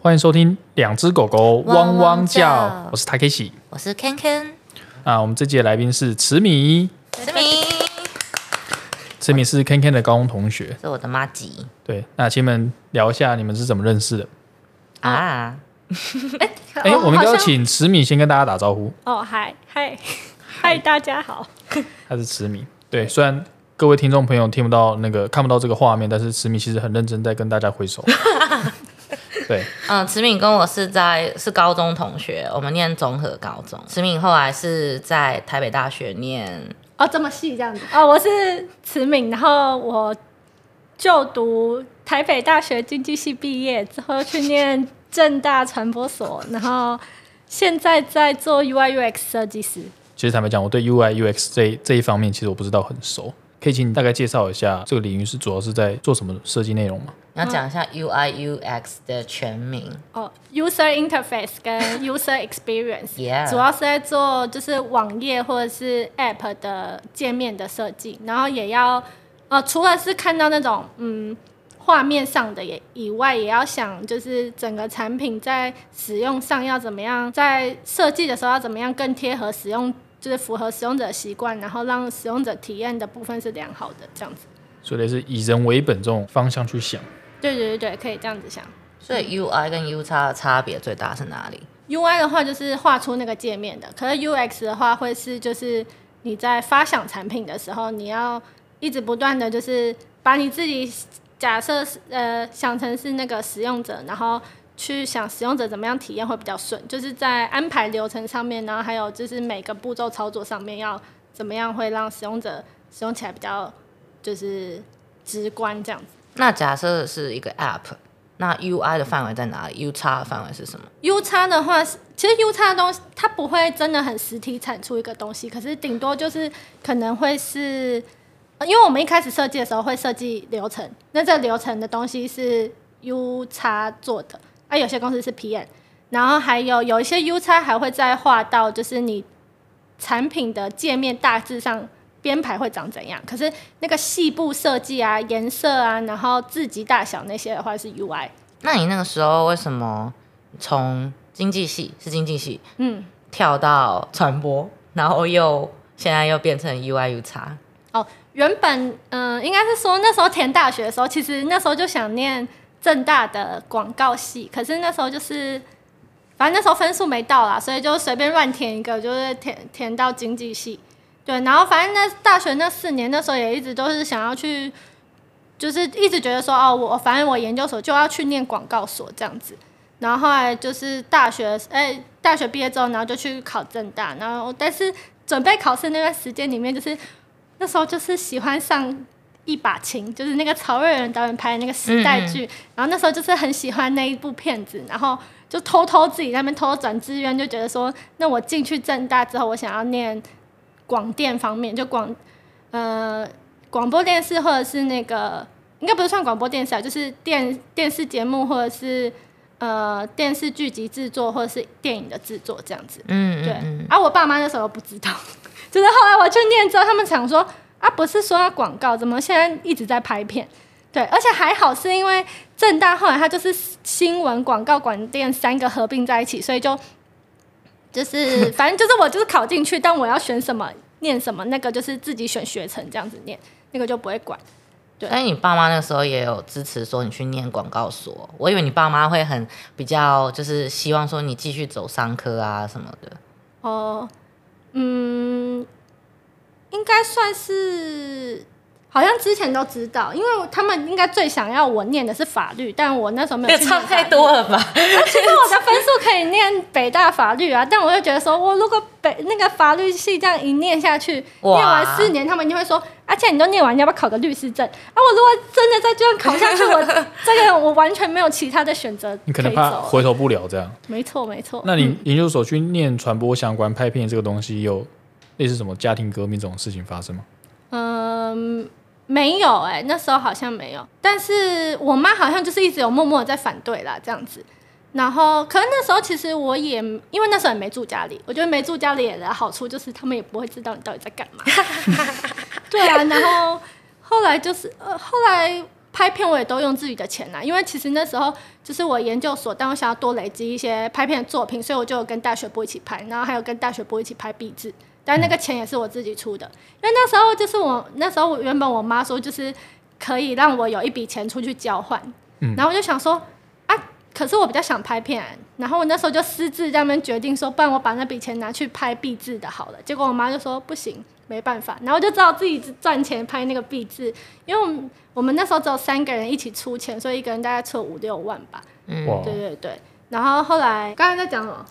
欢迎收听《两只狗狗汪汪叫》，汪汪叫我是 Takeshi。我是 Ken Ken，啊，我们这集的来宾是池米，思明，池米是 Ken Ken 的高中同学。是我的妈吉对，那请你们聊一下你们是怎么认识的？啊，哎、哦我们好要像请池米先跟大家打招呼，哦，嗨嗨嗨，大家好。他是池米。对，虽然各位听众朋友听不到那个看不到这个画面，但是池米其实很认真在跟大家挥手。对，嗯，池敏跟我是在是高中同学，我们念综合高中。池敏后来是在台北大学念，哦，这么细这样子。哦，我是慈敏，然后我就读台北大学经济系毕业之后，去念正大传播所，然后现在在做 UI UX 设计师。其实坦白讲，我对 UI UX 这一这一方面其实我不知道很熟，可以请你大概介绍一下这个领域是主要是在做什么设计内容吗？你要讲一下 UI UX 的全名，哦，user interface 跟 user experience， Yeah 主要是在做就是网页或者是 app 的界面的设计，然后也要呃，除了是看到那种嗯画面上的也以外，也要想就是整个产品在使用上要怎么样，在设计的时候要怎么样更贴合使用，就是符合使用者习惯，然后让使用者体验的部分是良好的这样子。所以类似以人为本这种方向去想。对对对对，可以这样子想。所以 UI 跟 U 叉的差别最大是哪里？ UI 的话就是画出那个界面的，可是 UX 的话会是就是你在发想产品的时候，你要一直不断的就是把你自己假设是呃想成是那个使用者，然后去想使用者怎么样体验会比较顺，就是在安排流程上面，然后还有就是每个步骤操作上面要怎么样会让使用者使用起来比较就是直观这样子。那假设是一个 App，那 UI 的范围在哪里？U 叉的范围是什么？ U 叉的话，其实 U 叉的东西它不会真的很实体产出一个东西，可是顶多就是可能会是，呃因为我们一开始设计的时候会设计流程，那这流程的东西是 U 叉做的，啊，有些公司是 PM，然后还有有一些 U 叉还会再画到就是你产品的界面大致上编排会长怎样，可是那个细部设计啊、颜色啊，然后字级大小那些的话是 UI，那你那个时候为什么从经济系是经济系，嗯。跳到传播，然后又现在又变成 UI U 叉。哦，原本嗯、呃应该是说那时候填大学的时候，其实那时候就想念正大的广告系，可是那时候就是，反正那时候分数没到啦，所以就随便乱填一个，就是填填到经济系。对，然后反正那大学那四年，那时候也一直都是想要去，就是一直觉得说哦，我反正我研究所就要去念广告所这样子。然后后来就是大学，哎、大学毕业之后，然后就去考正大，然后但是准备考试那段时间里面，就是那时候就是喜欢上一把琴，就是那个曹瑞仁导演拍的那个时代剧，然后那时候就是很喜欢那一部片子，然后就偷偷自己在那边偷偷转志愿，就觉得说，那我进去正大之后，我想要念广电方面，就广呃广播电视或者是那个应该不是算广播电视啊，就是电电视节目或者是呃电视剧集制作或者是电影的制作这样子。嗯对，啊，我爸妈那时候不知道，就是后来我去念之后，他们想说啊，不是说要广告，怎么现在一直在拍片？对，而且还好是因为正大后来它就是新闻、广告、广电三个合并在一起，所以就就是 反正就是我就是考进去，但我要选什么念什么，那个就是自己选学程这样子念，那个就不会管。对但是你爸妈那个时候也有支持说你去念广告所，我以为你爸妈会很比较就是希望说你继续走商科啊什么的。哦，嗯，应该算是，好像之前都知道，因为他们应该最想要我念的是法律，但我那时候没有去念法律。多了吧？其实我的分数可以念北大法律啊，但 我就觉得说，我如果北那个法律系这样一念下去，哇念完四年，他们就会说，而且你都念完，你要不要考个律师证？啊，我如果真的再这样考下去，我这个我完全没有其他的选择你可以能怕走了。嗯回头不了这样。没错，没错。那你研究所去念传播相关拍片这个东西，有类似什么家庭革命这种事情发生吗？嗯，没有哎、那时候好像没有，但是我妈好像就是一直有默默的在反对啦，这样子。然后，可是那时候其实我也因为那时候也没住家里，我觉得没住家里的好处就是他们也不会知道你到底在干嘛。对啊，然后后来就是呃，后来拍片我也都用自己的钱啦，因为其实那时候就是我研究所，但我想要多累积一些拍片的作品，所以我就有跟大学部一起拍，然后还有跟大学部一起拍壁纸，但那个钱也是我自己出的，因为那时候就是我那时候我原本我妈说就是可以让我有一笔钱出去交换，嗯然后我就想说啊，可是我比较想拍片，然后我那时候就私自在那边决定说，不然我把那笔钱拿去拍壁纸的好了，结果我妈就说不行。没办法，然后就只好自己赚钱拍那个壁纸，因为我们我们那时候只有三个人一起出钱，所以一个人大概出了五六万吧。哇，嗯对对对。然后后来刚才在讲什么？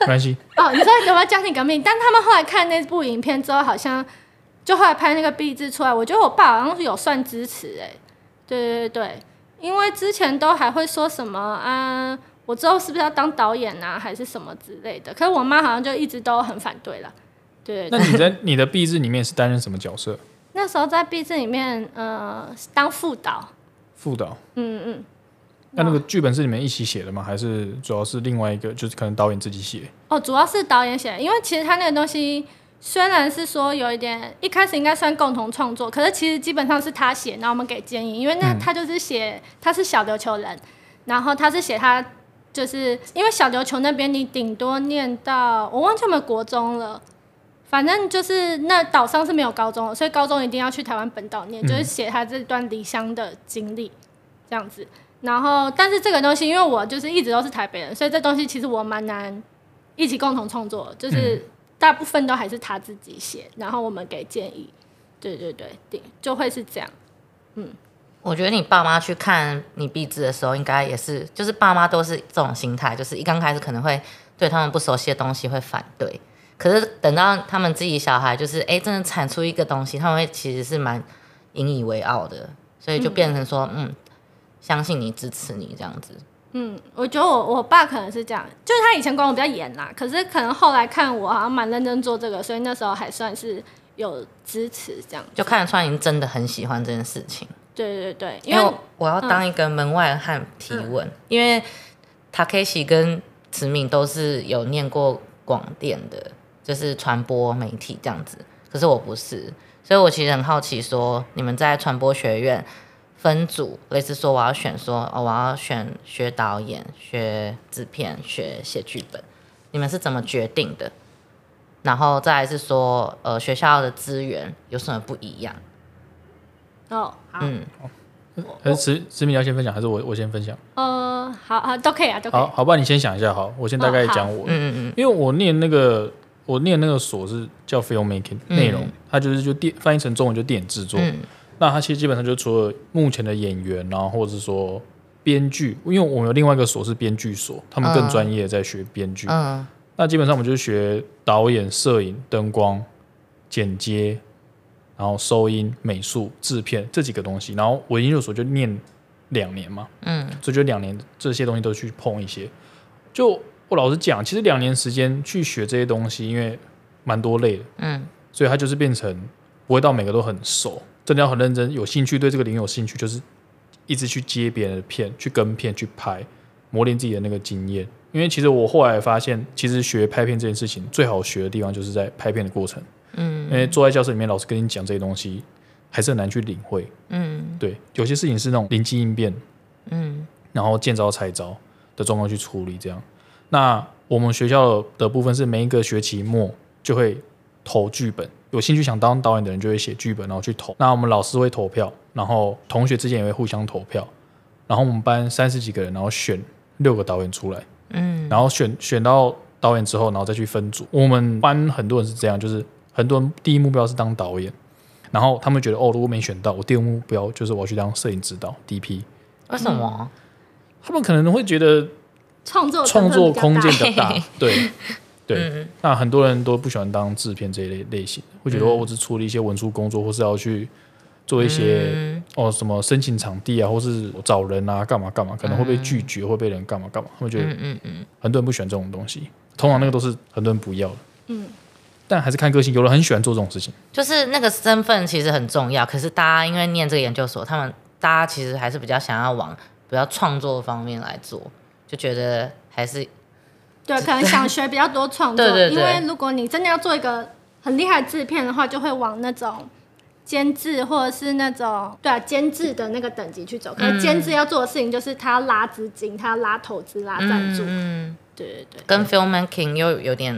没关 系，哦，你说有没有家庭革命？但他们后来看那部影片之后，好像就后来拍那个壁纸出来，我觉得我爸好像是有算支持哎、对对对，因为之前都还会说什么啊，我之后是不是要当导演啊，还是什么之类的。可是我妈好像就一直都很反对了。对对对那你在你的壁纸里面是担任什么角色？那时候在 B 站里面，呃，当副导，副导。嗯嗯，那那个剧本是你们一起写的吗？还是主要是另外一个，就是可能导演自己写？哦，主要是导演写的，因为其实他那个东西虽然是说有一点一开始应该算共同创作，可是其实基本上是他写，然后我们给建议，因为那嗯他就是写、他是小琉球人，然后他是写他就是因为小琉球那边你顶多念到我忘记有没有国中了。反正就是那岛上是没有高中的，所以高中一定要去台湾本岛念，嗯就是写他这段离乡的经历，这样子。然后，但是这个东西，因为我就是一直都是台北人，所以这东西其实我蛮难一起共同创作，就是大部分都还是他自己写，然后我们给建议。对对对，对，就会是这样。我觉得你爸妈去看你壁纸的时候，应该也是，就是爸妈都是这种心态，就是一刚开始可能会对他们不熟悉的东西会反对，可是等到他们自己小孩就是哎、诶真的产出一个东西，他们会其实是蛮引以为傲的，所以就变成说嗯相信你支持你这样子，嗯，我觉得我我爸可能是这样，就是他以前管我比较严啦，可是可能后来看我好像蛮认真做这个，所以那时候还算是有支持这样。就看得出来你真的很喜欢这件事情。对对对，因因为为哎我我要当一个门外汉提问，因为 Takeshi 跟慈敏都是有念过广电的，就是传播媒体这样子，可是我不是，所以我其实很好奇说，你们在传播学院分组，类似说我要选说哦，我要选学导演、学制片、学写剧本，你们是怎么决定的？然后再来是说，呃，学校的资源有什么不一样？哦好，嗯，还是池池明要先分享，还是我我先分享？呃，好好都可以啊，都可以。好好吧，你先想一下，好，我先大概哦好讲我嗯嗯嗯，因为我念那个我念那个所是叫 filmmaking 嗯内容，它就是就电翻译成中文就电影制作。嗯那它其实基本上就除了目前的演员，然后或者是说编剧，因为我们有另外一个所是编剧所，他们更嗯专业在学编剧。嗯那基本上我们就是学导演、摄影、灯光、剪接，然后收音、美术、制片这几个东西。然后我研究所就念两年嘛，嗯，所以就两年这些东西都去碰一些。就我老实讲，其实两年时间去学这些东西，因为蛮多累的，嗯所以它就是变成不会到每个都很熟，真的要很认真，有兴趣对这个领域有兴趣，就是一直去接别人的片，去跟片去拍，磨练自己的那个经验。因为其实我后来发现，其实学拍片这件事情最好学的地方就是在拍片的过程，嗯因为坐在教室里面，老师跟你讲这些东西，还是很难去领会。嗯对，有些事情是那种灵机应变，嗯然后见招拆招的状况去处理。这样，那我们学校的部分是每一个学期末就会投剧本，有兴趣想当导演的人就会写剧本，然后去投。那我们老师会投票，然后同学之间也会互相投票。然后我们班三十几个人，然后选六个导演出来，嗯然后选选到导演之后，然后再去分组。我们班很多人是这样，就是很多人第一目标是当导演，然后他们觉得哦，如果没选到，我第二目标就是我要去当摄影指导 DP。为什么？他们可能会觉得创作创作空间比比较大嗯较 大，对对。那很多人都不喜欢当制片这一类类型，会觉得哦我只处理一些文书工作，或是要去做一嗯些哦什么申请场地啊，或是找人啊，干嘛干嘛，可能会被拒嗯绝，会被人干嘛干嘛。他们觉得嗯嗯嗯，很多人不喜欢这种东西，通常那个都是很多人不要的。嗯，但还是看个性，有人很喜欢做这种事情。就是那个身份其实很重要，可是大家因为念这个研究所，他们大家其实还是比较想要往比较创作方面来做，就觉得还是对，可能想学比较多创作，对对对因为如果你真的要做一个很厉害的制片的话，就会往那种监制或者是那种对啊监制的那个等级去走。嗯可是监制要做的事情就是他要拉资金，他要拉投资、拉赞助。嗯，对对对，跟 filmmaking 又有点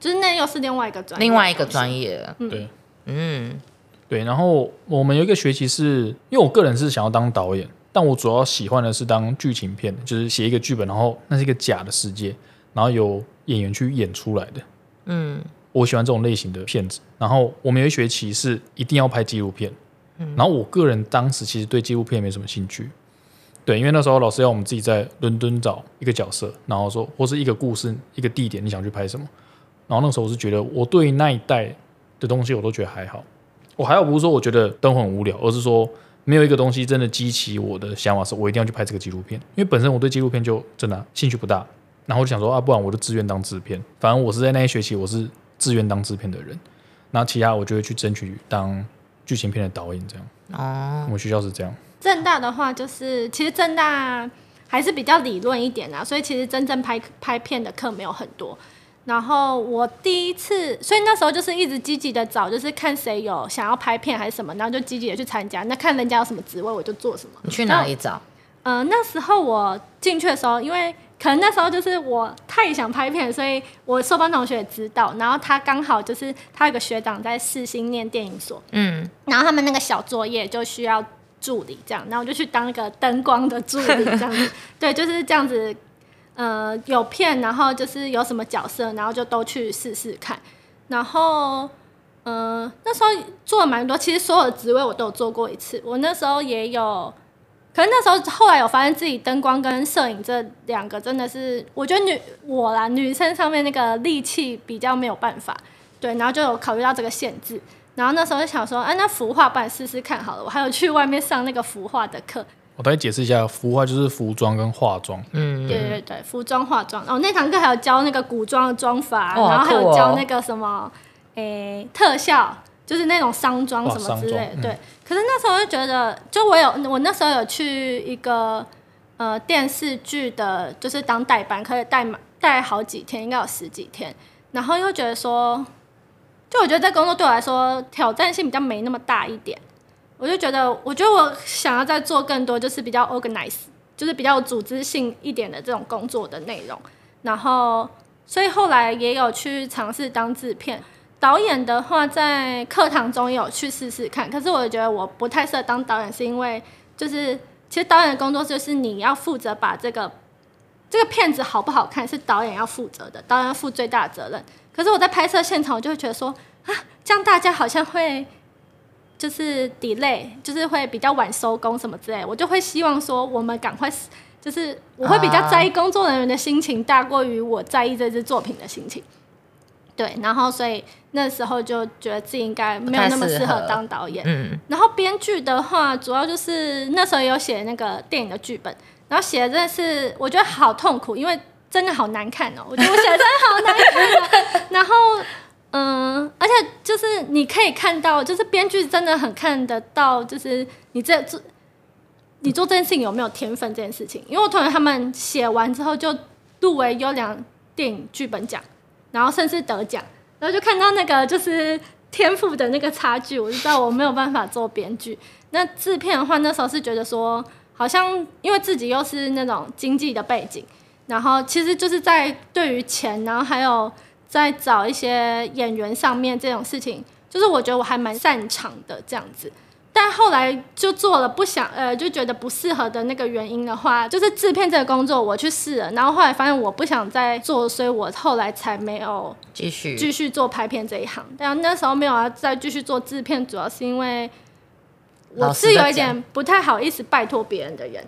就是那又是另外一个专业另外一个的东西专业了。对嗯，对。然后我们有一个学期是，因为我个人是想要当导演，但我主要喜欢的是当剧情片，就是写一个剧本，然后那是一个假的世界，然后由演员去演出来的。嗯，我喜欢这种类型的片子。然后我们有一学期是一定要拍纪录片，然后我个人当时其实对纪录片没什么兴趣，对，因为那时候老师要我们自己在伦敦找一个角色，然后说或是一个故事、一个地点，你想去拍什么。然后那时候我是觉得我对那一代的东西我都觉得还好，我还好不是说我觉得都很无聊，而是说。没有一个东西真的激起我的想法，是我一定要去拍这个纪录片，因为本身我对纪录片就真的啊、兴趣不大，然后我就想说啊，不然我就自愿当制片。反正我是在那一学期我是自愿当制片的人，那其他我就会去争取当剧情片的导演这样。哦，我们学校是这样，正大的话，就是其实正大还是比较理论一点啊，所以其实真正拍拍片的课没有很多。然后我第一次，所以那时候就是一直积极的找，就是看谁有想要拍片还是什么，然后就积极的去参加。那看人家有什么职位，我就做什么。你去哪里找？呃，那时候我进去的时候，因为可能那时候就是我太想拍片，所以我硕班同学也知道，然后他刚好就是他有个学长在世新念电影所，嗯，然后他们那个小作业就需要助理这样，然后我就去当一个灯光的助理这样子，对，就是这样子。呃，有片，然后就是有什么角色，然后就都去试试看。然后，呃，那时候做了蛮多，其实所有的职位我都有做过一次。我那时候也有，可是那时候后来有发现自己灯光跟摄影这两个真的是，我觉得女我啦，女生上面那个力气比较没有办法，对，然后就有考虑到这个限制。然后那时候就想说，哎、那服化班试试看好了。我还有去外面上那个服化的课，我大概解释一下，服化就是服装跟化妆，嗯，对对对，服装化妆哦，那堂课还有教那个古装的妆法，哦然好后还酷有哦教那个什么，诶、特效，就是那种商妆哇什么之类商妆的。对，可是那时候就觉得，就我有我那时候有去一个呃电视剧的，就是当代班，可以带满带好几天，应该有十几天，然后又觉得说，就我觉得这工作对我来说挑战性比较没那么大一点。我就觉得，我觉得我想要再做更多，就是比较 organize，就是比较有组织性一点的这种工作的内容。然后，所以后来也有去尝试当制片导演的话，在课堂中也有去试试看。可是我觉得我不太适合当导演，是因为就是其实导演的工作就是你要负责把这个这个片子好不好看是导演要负责的，导演要负最大的责任。可是我在拍摄现场，我就会觉得说啊，这样大家好像会就是 delay，就是会比较晚收工什么之类的，我就会希望说我们赶快，就是我会比较在意工作人员的心情，大过于我在意这支作品的心情。对，然后所以那时候就觉得自己应该没有那么适合当导演，嗯，然后编剧的话，主要就是那时候有写那个电影的剧本，然后写的真的是我觉得好痛苦，因为真的好难看哦，我觉得我写的真的好难看、哦。然后，嗯，而且就是你可以看到，就是编剧真的很看得到，就是你这做你做这件事情有没有天分这件事情。因为我同学他们写完之后就入围优良电影剧本奖，然后甚至得奖，然后就看到那个就是天赋的那个差距，我就知道我没有办法做编剧。 那制片的话，那时候是觉得说，好像因为自己又是那种经济的背景，然后其实就是在对于钱，然后还有在找一些演员上面这种事情，就是我觉得我还蛮擅长的这样子。但后来就做了不想呃，就觉得不适合的那个原因的话，就是制片这个工作我去试了，然后后来发现我不想再做，所以我后来才没有继续，继续做拍片这一行。但那时候没有要再继续做制片，主要是因为我是有一点不太好意思拜托别人的人，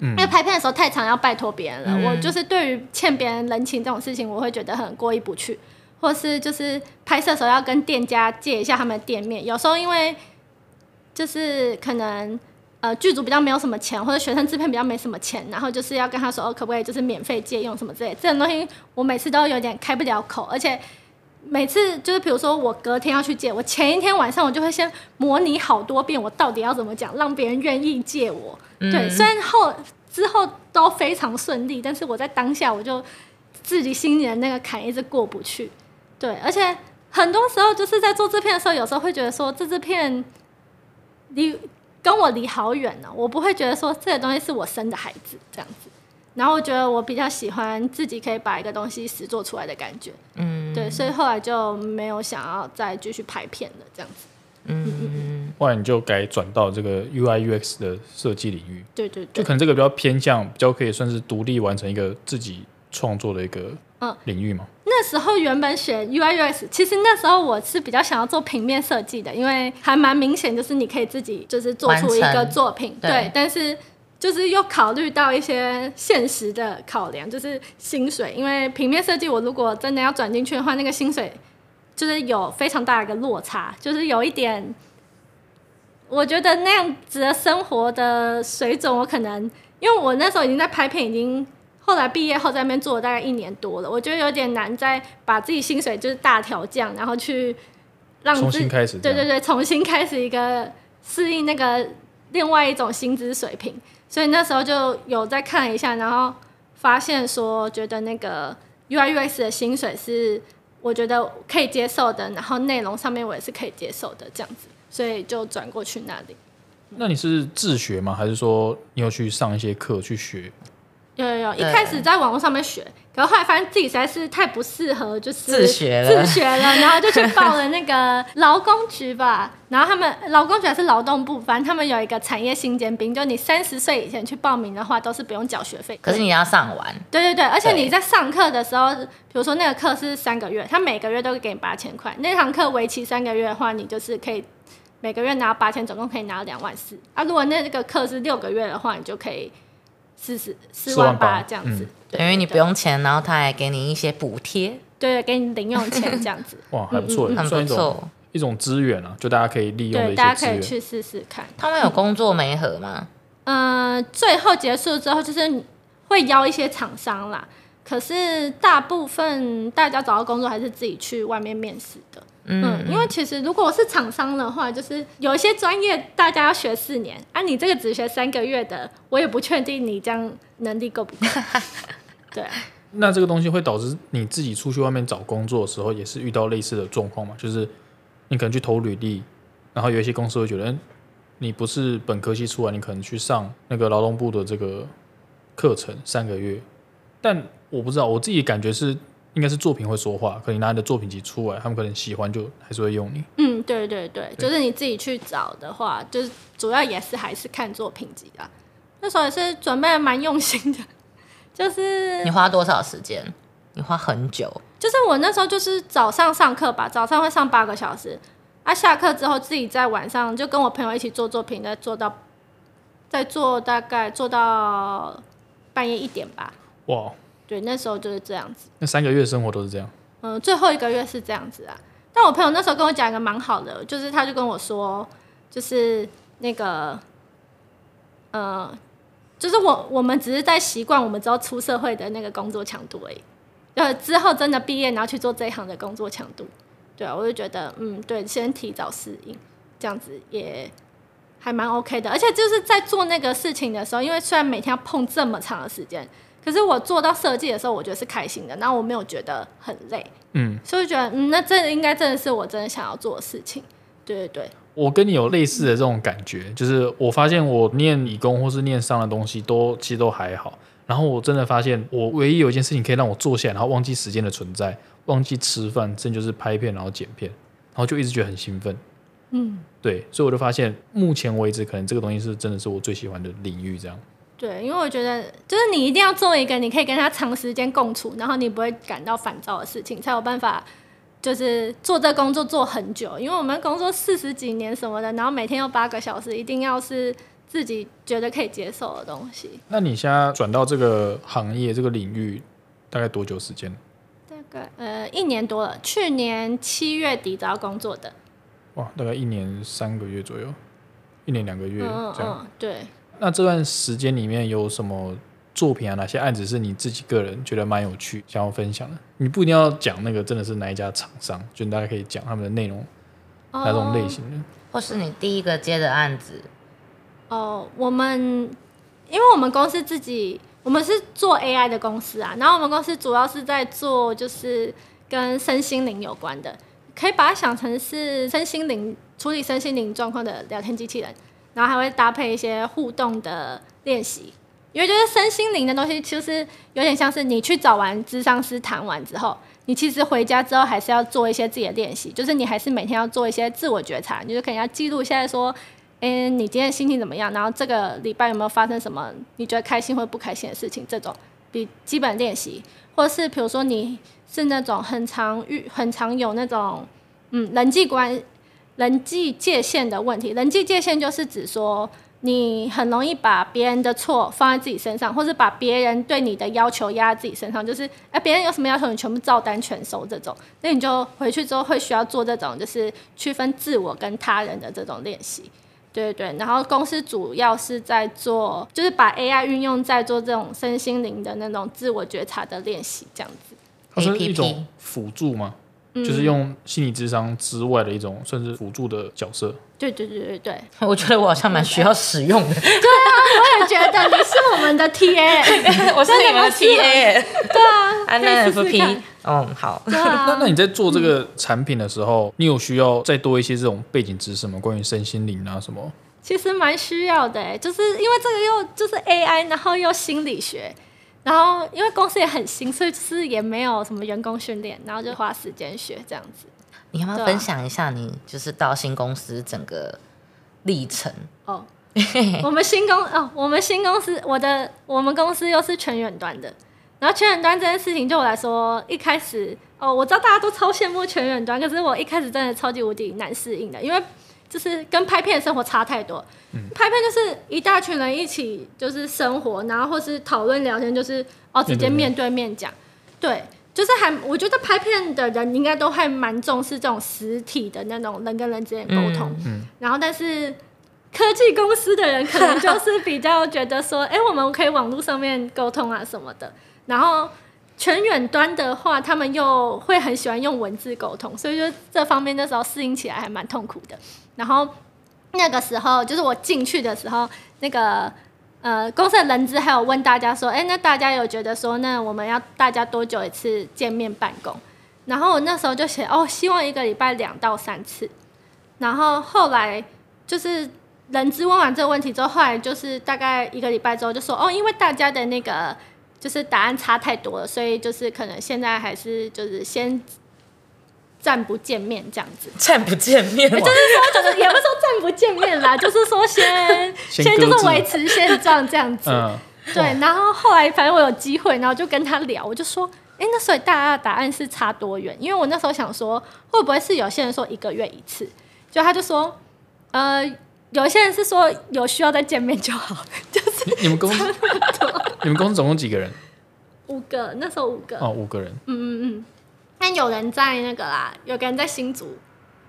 嗯因为拍片的时候太常要拜托别人了。嗯我就是对于欠别人人情这种事情，我会觉得很过意不去，或是就是拍摄的时候要跟店家借一下他们的店面，有时候因为就是可能。呃，剧组比较没有什么钱，或者学生制片比较没什么钱，然后就是要跟他说，哦，可不可以就是免费借用什么之类的，这种东西我每次都有点开不了口，而且每次就是比如说我隔天要去借，我前一天晚上我就会先模拟好多遍，我到底要怎么讲，让别人愿意借我。对，虽然后之后都非常顺利，但是我在当下我就自己心里的那个坎一直过不去。对，而且。很多时候就是在做制片的时候，有时候会觉得说这制片离跟我离好远哦，我不会觉得说这个东西是我生的孩子这样子。然后我觉得我比较喜欢自己可以把一个东西实做出来的感觉，嗯对，所以后来就没有想要再继续拍片了这样子。嗯，不然你就改转到这个 UI UX 的设计领域，对对就对可，能这个比较偏向，比较可以算是独立完成一个自己创作的一个嗯领域嘛。那时候原本选 UI UX，其实那时候我是比较想要做平面设计的，因为还蛮明显，就是你可以自己就是做出一完个成作品，对对，但是。就是又考虑到一些现实的考量，就是薪水，因为平面设计我如果真的要转进去的话，那个薪水就是有非常大的一个落差，就是有一点，我觉得那样子的生活的水准，我可能因为我那时候已经在拍片，已经后来毕业后在那边做了大概一年多了，我觉得有点难再把自己薪水就是大调降，然后去让重自己新开始这对样，对对，重新开始一个适应那个另外一种薪资水平，所以那时候就有再看一下，然后发现说，觉得那个 UI UX 的薪水是我觉得可以接受的，然后内容上面我也是可以接受的这样子，所以就转过去那里。那你是自学吗？还是说你有去上一些课去学？有有有，一对开始在网络上面学，可是后来发现自己实在是太不适合，就是自学了自学了，然后就去报了那个劳工局吧， 然后他们劳工局还是劳动部，反正他们有一个产业新尖兵，就你三十岁以前去报名的话，都是不用缴学费。可是你要上完，对对对，而且对你在上课的时候，比如说那个课是三个月，他每个月都会给你八千块，那堂课为期三个月的话，你就是可以每个月拿八千，总共可以拿两万四。啊，如果那个课是六个月的话，你就可以四十四万八48这样子，嗯，对因为你对不用钱，然后他还给你一些补贴，对，给你零用钱这样子哇，还不错耶，很算不一种错。一种资源啊，就大家可以利用的嗯对，一大些家可以资源。去试试看。他们有工作媒合吗？嗯，最后结束之后，就是你会邀一些厂商啦，可是大部分大家找到工作还是自己去外面面试的。嗯，因为其实如果我是厂商的话，就是有一些专业大家要学四年，啊，你这个只学三个月的，我也不确定你这样能力够 不够。对啊，那这个东西会导致你自己出去外面找工作的时候，也是遇到类似的状况嘛？就是你可能去投履历，然后有一些公司会觉得，嗯你不是本科系出来，你可能去上那个劳动部的这个课程三个月。但我不知道，我自己感觉是应该是作品会说话，可能你拿你的作品集出来，他们可能喜欢就还是会用你。嗯，对对对，就是你自己去找的话，就是主要也是还是看作品集的。那时候也是准备的蛮用心的，就是你花多少时间？你花很久，就是我那时候就是早上上课吧，早上会上八个小时，啊，下课之后自己在晚上就跟我朋友一起做作品，再做到，再做大概做到半夜一点吧。哇，对，那时候就是这样子。那三个月的生活都是这样，嗯，最后一个月是这样子啊。但我朋友那时候跟我讲一个蛮好的，就是他就跟我说，就是那个，呃，就是我我们只是在习惯我们之后出社会的那个工作强度而已，呃，之后真的毕业然后去做这一行的工作强度，对啊，我就觉得嗯，对，先提早适应，这样子也还蛮 OK 的。而且就是在做那个事情的时候，因为虽然每天要碰这么长的时间，可是我做到设计的时候，我觉得是开心的，然后我没有觉得很累，嗯。所以我觉得嗯，那这应该真的是我真的想要做的事情。对对对，我跟你有类似的这种感觉，就是我发现我念理工或是念商的东西都其实都还好，然后我真的发现我唯一有一件事情可以让我坐下来，然后忘记时间的存在，忘记吃饭，甚至就是拍片然后剪片，然后就一直觉得很兴奋。嗯，对，所以我就发现，目前为止，可能这个东西是真的是我最喜欢的领域。这样，对，因为我觉得就是你一定要做一个你可以跟他长时间共处，然后你不会感到烦躁的事情，才有办法就是做这工作做很久。因为我们工作四十几年什么的，然后每天要八个小时，一定要是自己觉得可以接受的东西。那你现在转到这个行业这个领域，大概多久时间？大概呃一年多了，去年七月底找到工作的，哇，大概一年三个月左右，一年两个月嗯嗯这样。嗯，对。那这段时间里面有什么作品啊？哪些案子是你自己个人觉得蛮有趣，想要分享的？你不一定要讲那个真的是哪一家厂商，就你大家可以讲他们的内容，哪种类型的。或是你第一个接的案子，哦，我们因为我们公司自己，我们是做 AI 的公司啊，然后我们公司主要是在做就是跟身心灵有关的，可以把它想成是身心灵处理身心灵状况的聊天机器人，然后还会搭配一些互动的练习。因为就是身心灵的东西，就是有点像是你去找完智商师谈完之后，你其实回家之后还是要做一些自己的练习，就是你还是每天要做一些自我觉察，你就是可能要记录一下说，嗯，你今天心情怎么样，然后这个礼拜有没有发生什么你觉得开心或不开心的事情，这种比基本练习，或者是比如说你是那种很常遇、很常有那种嗯人际关、人际界限的问题。人际界限就是指说，你很容易把别人的错放在自己身上，或是把别人对你的要求压在自己身上，就是哎别人有什么要求，你全部照单全收这种。那你就回去之后会需要做这种，就是区分自我跟他人的这种练习。对对，对然后公司主要是在做，就是把 AI 运用在做这种身心灵的那种自我觉察的练习，这样子。它是 APP 一种辅助吗？嗯就是用心理智商之外的一种，甚至辅助的角色。对对对对对， 我觉得我好像蛮需要使用的，啊我也觉得你是我们的 TA， 我是你们的 TA，耶对啊，安可以娜试试看 FP，嗯，好，对 那那啊，你在做这个产品的时候，你有需要再多一些这种背景知识吗？关于身心灵啊什么？ 其实蛮需要的欸，就是因为这个又就是 AI，然后又心理学，然后因为公司也很新，所以就是也没有什么员工训练，然后就花时间学这样子。你要不要对啊分享一下你就是到新公司整个历程？ 哦，我们新公哦，我们新公司，我的我们公司又是全远端的。然后全远端这件事情对我来说，一开始哦，我知道大家都超羡慕全远端，可是我一开始真的超级无敌难适应的，因为就是跟拍片的生活差太多。拍片就是一大群人一起就是生活，然后或是讨论聊天，就是哦直接面对面讲，对。就是还，我觉得拍片的人应该都还蛮重视这种实体的那种人跟人之间的沟通，然后但是科技公司的人可能就是比较觉得说，哎、我们可以网络上面沟通啊什么的。然后全远端的话，他们又会很喜欢用文字沟通，所以就这方面那时候适应起来还蛮痛苦的。然后那个时候就是我进去的时候，那个呃公司的人资还有问大家说，哎、那大家有觉得说，那我们要大家多久一次见面办公？然后我那时候就写哦，希望一个礼拜两到三次。然后后来就是人资问完这个问题之后，后来就是大概一个礼拜之后就说哦，因为大家的那个就是呃答案差太多了，所以就是可能现在还是就是先暂不见面这样子。暂不见面，就是也不是说暂不见面啦，就是说先先就搁是置维持现状这样子。嗯，对，哦然后后来反正我有机会，然后就跟他聊，我就说，哎、那所以大家的答案是差多远？因为我那时候想说，会不会是有些人说一个月一次，就他就说，呃，有些人是说有需要再见面就好，就是你你们公司你们公司总共几个人？五个，那时候五个，哦，五个人。嗯嗯嗯，但有人在那个啦，有个人在新竹，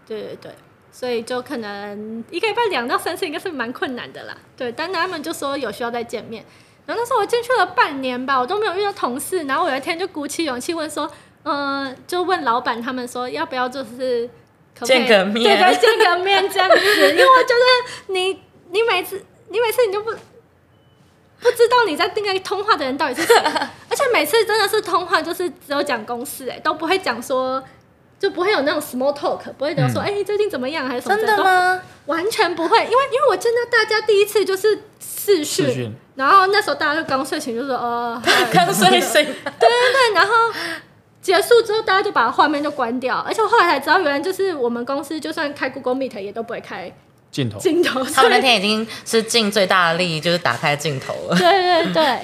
对对对，所以就可能一个礼拜两到三次应该是蛮困难的啦。对，但他们就说有需要再见面。然后那时候我进去了半年吧，我都没有遇到同事。然后我有一天就鼓起勇气问说，嗯、就问老板他们说要不要就是可不可以见个面对对，见个面这样子。因为我觉得你你每次你每次你就不不知道你在那个通话的人到底是谁，而且每次真的是通话就是只有讲公事、哎，都不会讲说，就不会有那种 small talk，不会讲说，嗯哎、你最近怎么样，还是什么真的？吗？都完全不会，因为因为我见到大家第一次就是视讯，视讯然后那时候大家就刚睡醒，就说 哦，嗨刚睡醒，对，然后结束之后，大家就把画面就关掉，而且我后来才知道，原来就是我们公司就算开 Google Meet 也都不会开镜头，镜头， 他所们那以天已经是尽最大的力，就是打开镜头了。对对对。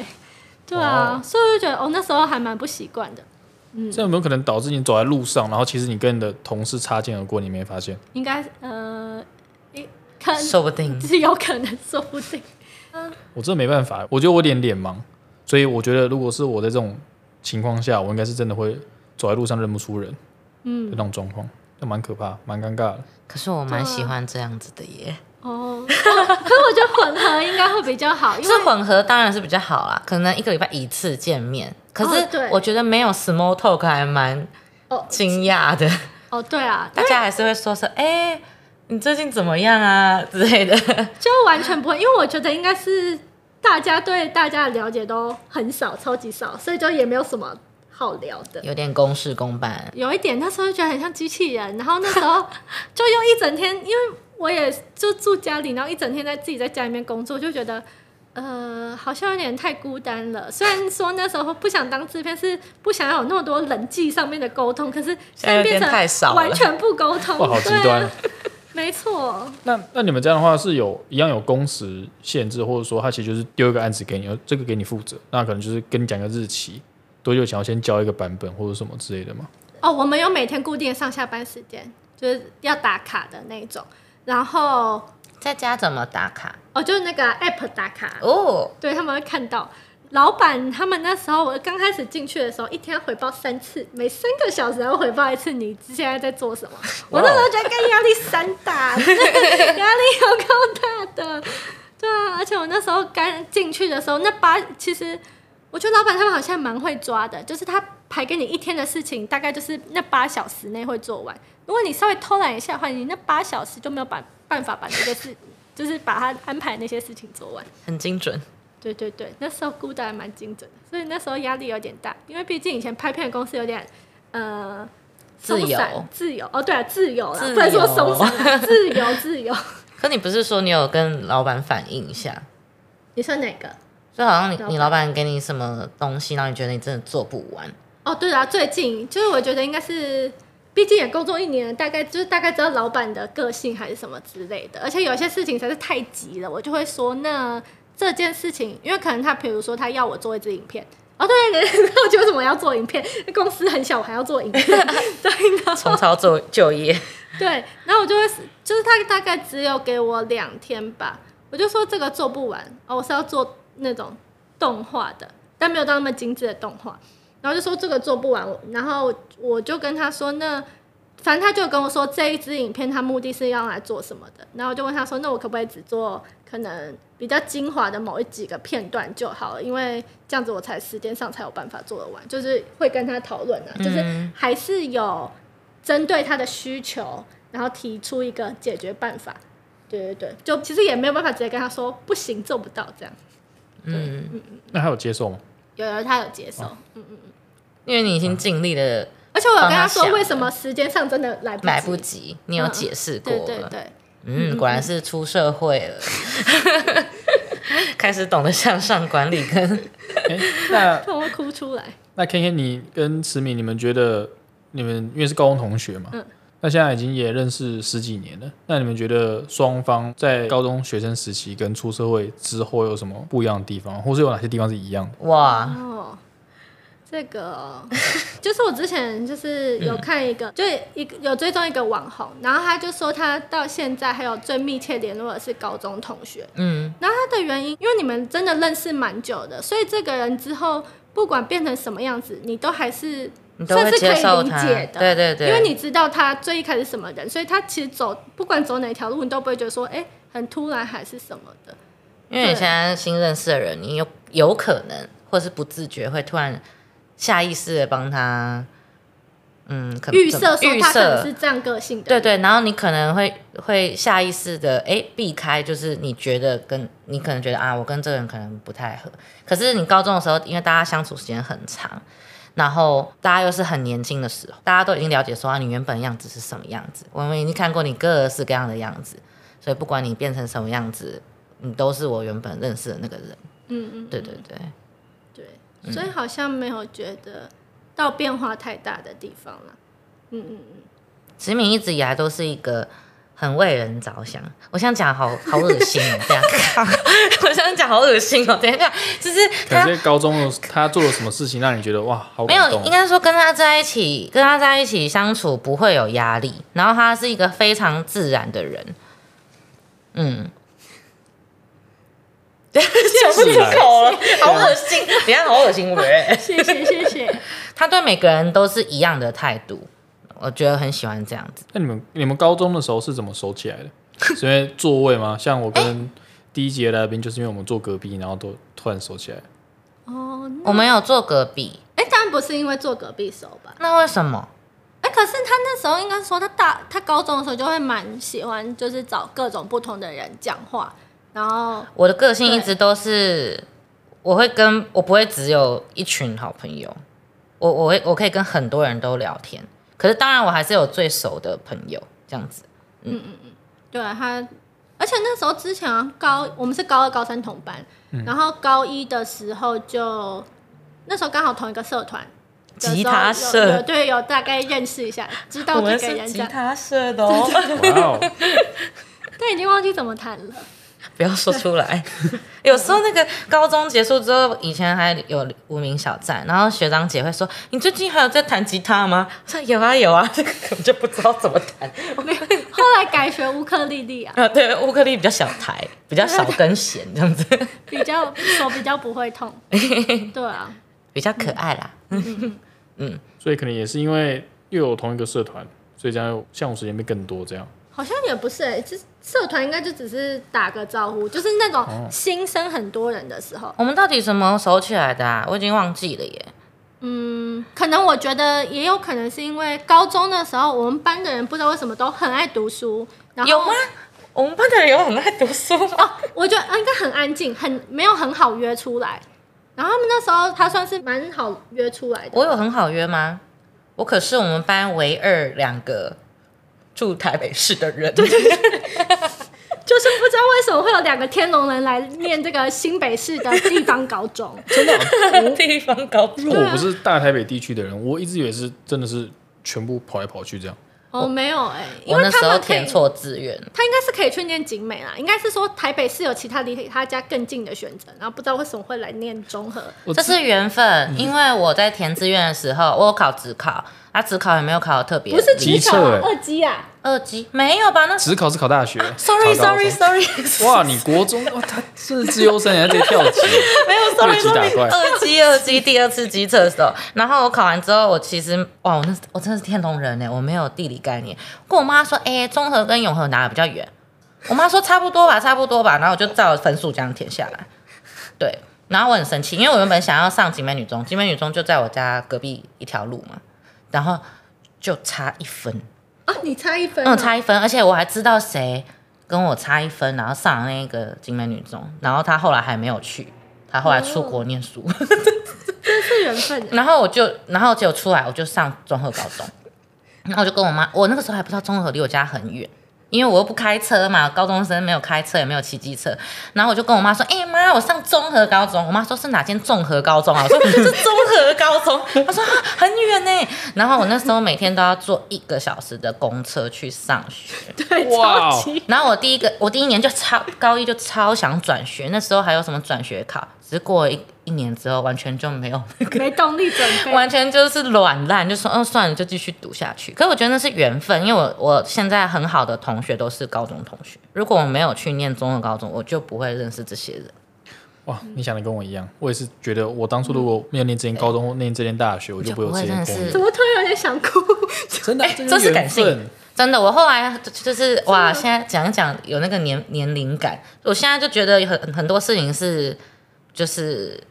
对哦啊，所以我就觉得哦，那时候还蛮不习惯的，这有没有可能导致你走在路上，然后其实你跟你的同事擦肩而过，你没发现？应该呃，一可说不定是有可能，说不定。我真的没办法，我觉得我有点脸盲，所以我觉得如果是我在这种情况下，我应该是真的会走在路上认不出人，嗯，那种状况，那蛮可怕，蛮尴尬的。可是我蛮喜欢这样子的耶，哦，可是我觉得混合应该会比较好，因就为是混合当然是比较好啦，可能一个礼拜一次见面。可哦对是我觉得没有 small talk 还蛮哦惊讶的，哦对啊，大家还是会说说，哎、你最近怎么样啊之类的。 就完全不会，因为我觉得应该是大家对大家的了解都很少，超级少，所以就也没有什么好聊的。有点公事公办，有一点那时候就觉得很像机器人，然后那时候就用一整天，因为我也就住家里，然后一整天在自己在家里面工作，就觉得呃好像有点太孤单了。虽然说那时候不想当制片，是不想要有那么多人际上面的沟通，可是现在现在变有点太少成了完全不沟通，哇，好极对端啊 哦，。没错，那那你们这样的话是有一样有工时限制，或者说他其实就是丢一个案子给你，呃这个给你负责，那可能就是跟你讲个日期，多久前要先交一个版本或者什么之类的嘛。哦，我们有每天固定的上下班时间，就是要打卡的那一种，然后在家怎么打卡？哦就是那个 app 打卡，哦，对他们会看到。老板他们那时候，我刚开始进去的时候，一天要回报三次，每三个小时要回报一次。你现在在做什么？我那时候觉得跟压力山大，真的压力有够大的。对啊，而且我那时候刚进去的时候，那八其实我觉得老板他们好像蛮会抓的，就是他排给你一天的事情，大概就是那八小时内会做完。如果你稍微偷懒一下的话，你那八小时就没有把办法把那个事，就是把他安排那些事情做完。很精准。对对对，那时候估的还蛮精准的，所以那时候压力有点大，因为毕竟以前拍片的公司有点呃自由松散自由哦，对啊，自由啦，自由不能说松散，自由自由。 可你不是说你有跟老板反映一下？你说哪个？就好像你老板你老板给你什么东西，然后你觉得你真的做不完，哦，对啊，最近就是我觉得应该是，毕竟也工作一年了，大概就是大概知道老板的个性还是什么之类的，而且有些事情实在是太急了，我就会说那这件事情，因为可能他比如说他要我做一支影片。哦，对， 那我觉得为什么要做影片？公司很小，我还要做影片，对，然后重操就就业， 对，然后我就会是，就是他大概只有给我两天吧，我就说这个做不完哦，我是要做那种动画的，但没有到那么精致的动画，然后就说这个做不完，我然后我就跟他说那。反正他就跟我说这一支影片，他目的是要来做什么的，然后我就问他说，那我可不可以只做可能比较精华的某一几个片段就好了，因为这样子我才时间上才有办法做得完，就是会跟他讨论啊，就是嗯还是有针对他的需求，然后提出一个解决办法。对对对，就其实也没有办法直接跟他说不行，做不到这样。嗯，那他有接受吗？有有他有接受，因为你已经尽力的而且我有跟帮他他说想为什么时间上真的来 不来不及，你有解释过对了，对对，嗯，果然是出社会了， 开始懂得向上管理跟哎、那让我哭出来。那 K K，你跟池敏，你们觉得你们因为是高中同学嘛？嗯那现在已经也认识十几年了，那你们觉得双方在高中学生时期跟出社会之后有什么不一样的地方，或是有哪些地方是一样的？哇，哦，这个哦就是我之前就是有看一个，就一个有追踪一个网红，然后他就说他到现在还有最密切联络的是高中同学，嗯，然后他的原因，因为你们真的认识蛮久的，所以这个人之后不管变成什么样子，你都还是你都算会是可接以受理他，解的，对对对，因为你知道他最一开始什么人，所以他其实走不管走哪条路，你都不会觉得说，哎、很突然还是什么的。因为你对现在新认识的人，你有有可能或是不自觉会突然下意识的帮他，嗯，可能预设说预他可能是设，这样个性的对人，对，然后你可能会会下意识的哎避开，就是你觉得跟你可能觉得啊，我跟这个人可能不太合，可是你高中的时候，因为大家相处时间很长。然后大家又是很年轻的时候，大家都已经了解说啊，你原本样子是什么样子，我们已经看过你各式各样的样子，所以不管你变成什么样子，你都是我原本认识的那个人。嗯嗯，对对对，嗯对，所以好像没有觉得到变化太大的地方了。嗯嗯嗯，池敏一直以来都是一个很为人着想。我想讲 好好恶心哦，这样， 我想讲好恶心哦，等一下，就是可能他在高中有他做了什么事情让你觉得哇，好哎没感动有，哦应该说跟他在一起，跟他在一起相处不会有压力，然后他是一个非常自然的人，嗯。 讲不出口了，啊好恶心！等一下好恶心，我觉谢谢谢谢。他对每个人都是一样的态度，我觉得很喜欢这样子。那你们你们高中的时候是怎么熟起来的？ 是因为座位吗？像我跟第一节来宾，就是因为我们坐隔壁，然后都突然熟起 来。哦，我们有坐隔壁，哎、当然不是因为坐隔壁手吧？那为什么？哎、可是他那时候应该说他大他高中的时候就会蛮喜欢，就是找各种不同的人讲话，然后我的个性一直都是，我会跟我不会只有一群好朋友，我我会我可以跟很多人都聊天，可是当然我还是有最熟的朋友这样子。对他，而且那时候之前好像高我们是高二高三同班，嗯然后高一的时候就那时候刚好同一个社团。的时候吉他有社有对，有大概认识一下，知道我几们个是人这吉样，他社的哦，哇哦，但已经忘记怎么弹 了。 不要说出来。 有时候那个高中结束之后，以前还有无名小站，然后学长姐会说：“你最近还有在弹吉他吗？”我说：“有啊有啊， 这个根本就不知道怎么弹。后来改学乌克丽丽啊”，啊，对，乌克丽比较小台，比较少根弦，这样子 比较手比较不 会痛。对啊，比较可爱啦。所以可能也是因为又有同一个社团，所以这样项目时间变更多这样。好像也不是哎、欸，就是社团应该就只是打个招呼，就是那哦种新生很多人的时候，我们到底什么时候起来的啊？我已经忘记了耶。嗯，可能我觉得也有可能是因为高中的时候，我们班的人不知道为什么都很爱读书，然后有吗？我们班的人有很爱读书吗？我觉得啊应该很安静，很没有很好约出来。然后他们那时候他算是蛮好约出来的， 我有很好约吗？我可是我们班唯二两个住台北市的人。 就是不知道为什么会有两个天龙人来念这个新北市的地方高 中，真的啊，地方高中因为我不是大台北地区的人，我一直以为是真的是全部跑来跑去这样。哦没有哎、因我为那他时候们可以填错志愿，他应该是可以去念景美啦，应该是说台北市有其他离他家更近的选择，然后不知道为什么会来念中和。我这是缘分。因为我在填志愿的时候，我有考职考，啊，职考也没有考得特别不是机机测考欸啊，二机啊，二级，没有吧？那只考是考大学 sorry 考高中 sorry sorry，哇，你国中哇，他是自由生，人家直接跳 级，没有越 sorry 级打 sorry，怪。二级二级第二次机测的时候，然后我考完之后，我其实哇，我那我真的是天龙人欸呢，我没有地理概念。跟我妈说，哎、中和跟永和哪个比较远？我妈说差不多吧，差不多吧，然后我就照分数这样填下来。对，然后我很生气，因为我原本想要上景美女中，景美女中就在我家隔壁一条路嘛，然后就差一分。啊，你差一分、嗯，差一分，而且我还知道谁跟我差一分，然后上了那个景美女中，然后她后来还没有去，她后来出国念书，是缘分的。然后我就，然后结果出来我就上综合高中，然后我就跟我妈，我那个时候还不知道综合离我家很远。因为我又不开车嘛，高中生没有开车，也没有骑机车，然后我就跟我妈说：“哎、妈，我上综合高中。”我妈说：“是哪间综合高中啊？”我说：“是综合高中。”她说：“啊，很远呢。”然后我那时候每天都要坐一个小时的公车去上学， 对，哇超级。然后我第一个，我第一年就超高一就超想转学，那时候还有什么转学考，只是过了一一年之后，完全就没有， 没动力准备。完全就是软烂，就说嗯算了，就继续读下去。可我觉得那是缘分，因为我我现在很好的同学都是高中同学，如果我没有去念综合高中，我就不会认识这些人。哇，你想的跟我一样，我也是觉得，我当初如果没有念这间高中或念这间大学，我就不会有这就不些会空余认识怎。么突然有点想哭？真的啊，哎这是是缘感性分。真的，我后来就就是哇，现在讲一讲有那个年年龄感，我现在就觉得很很多事情是就是。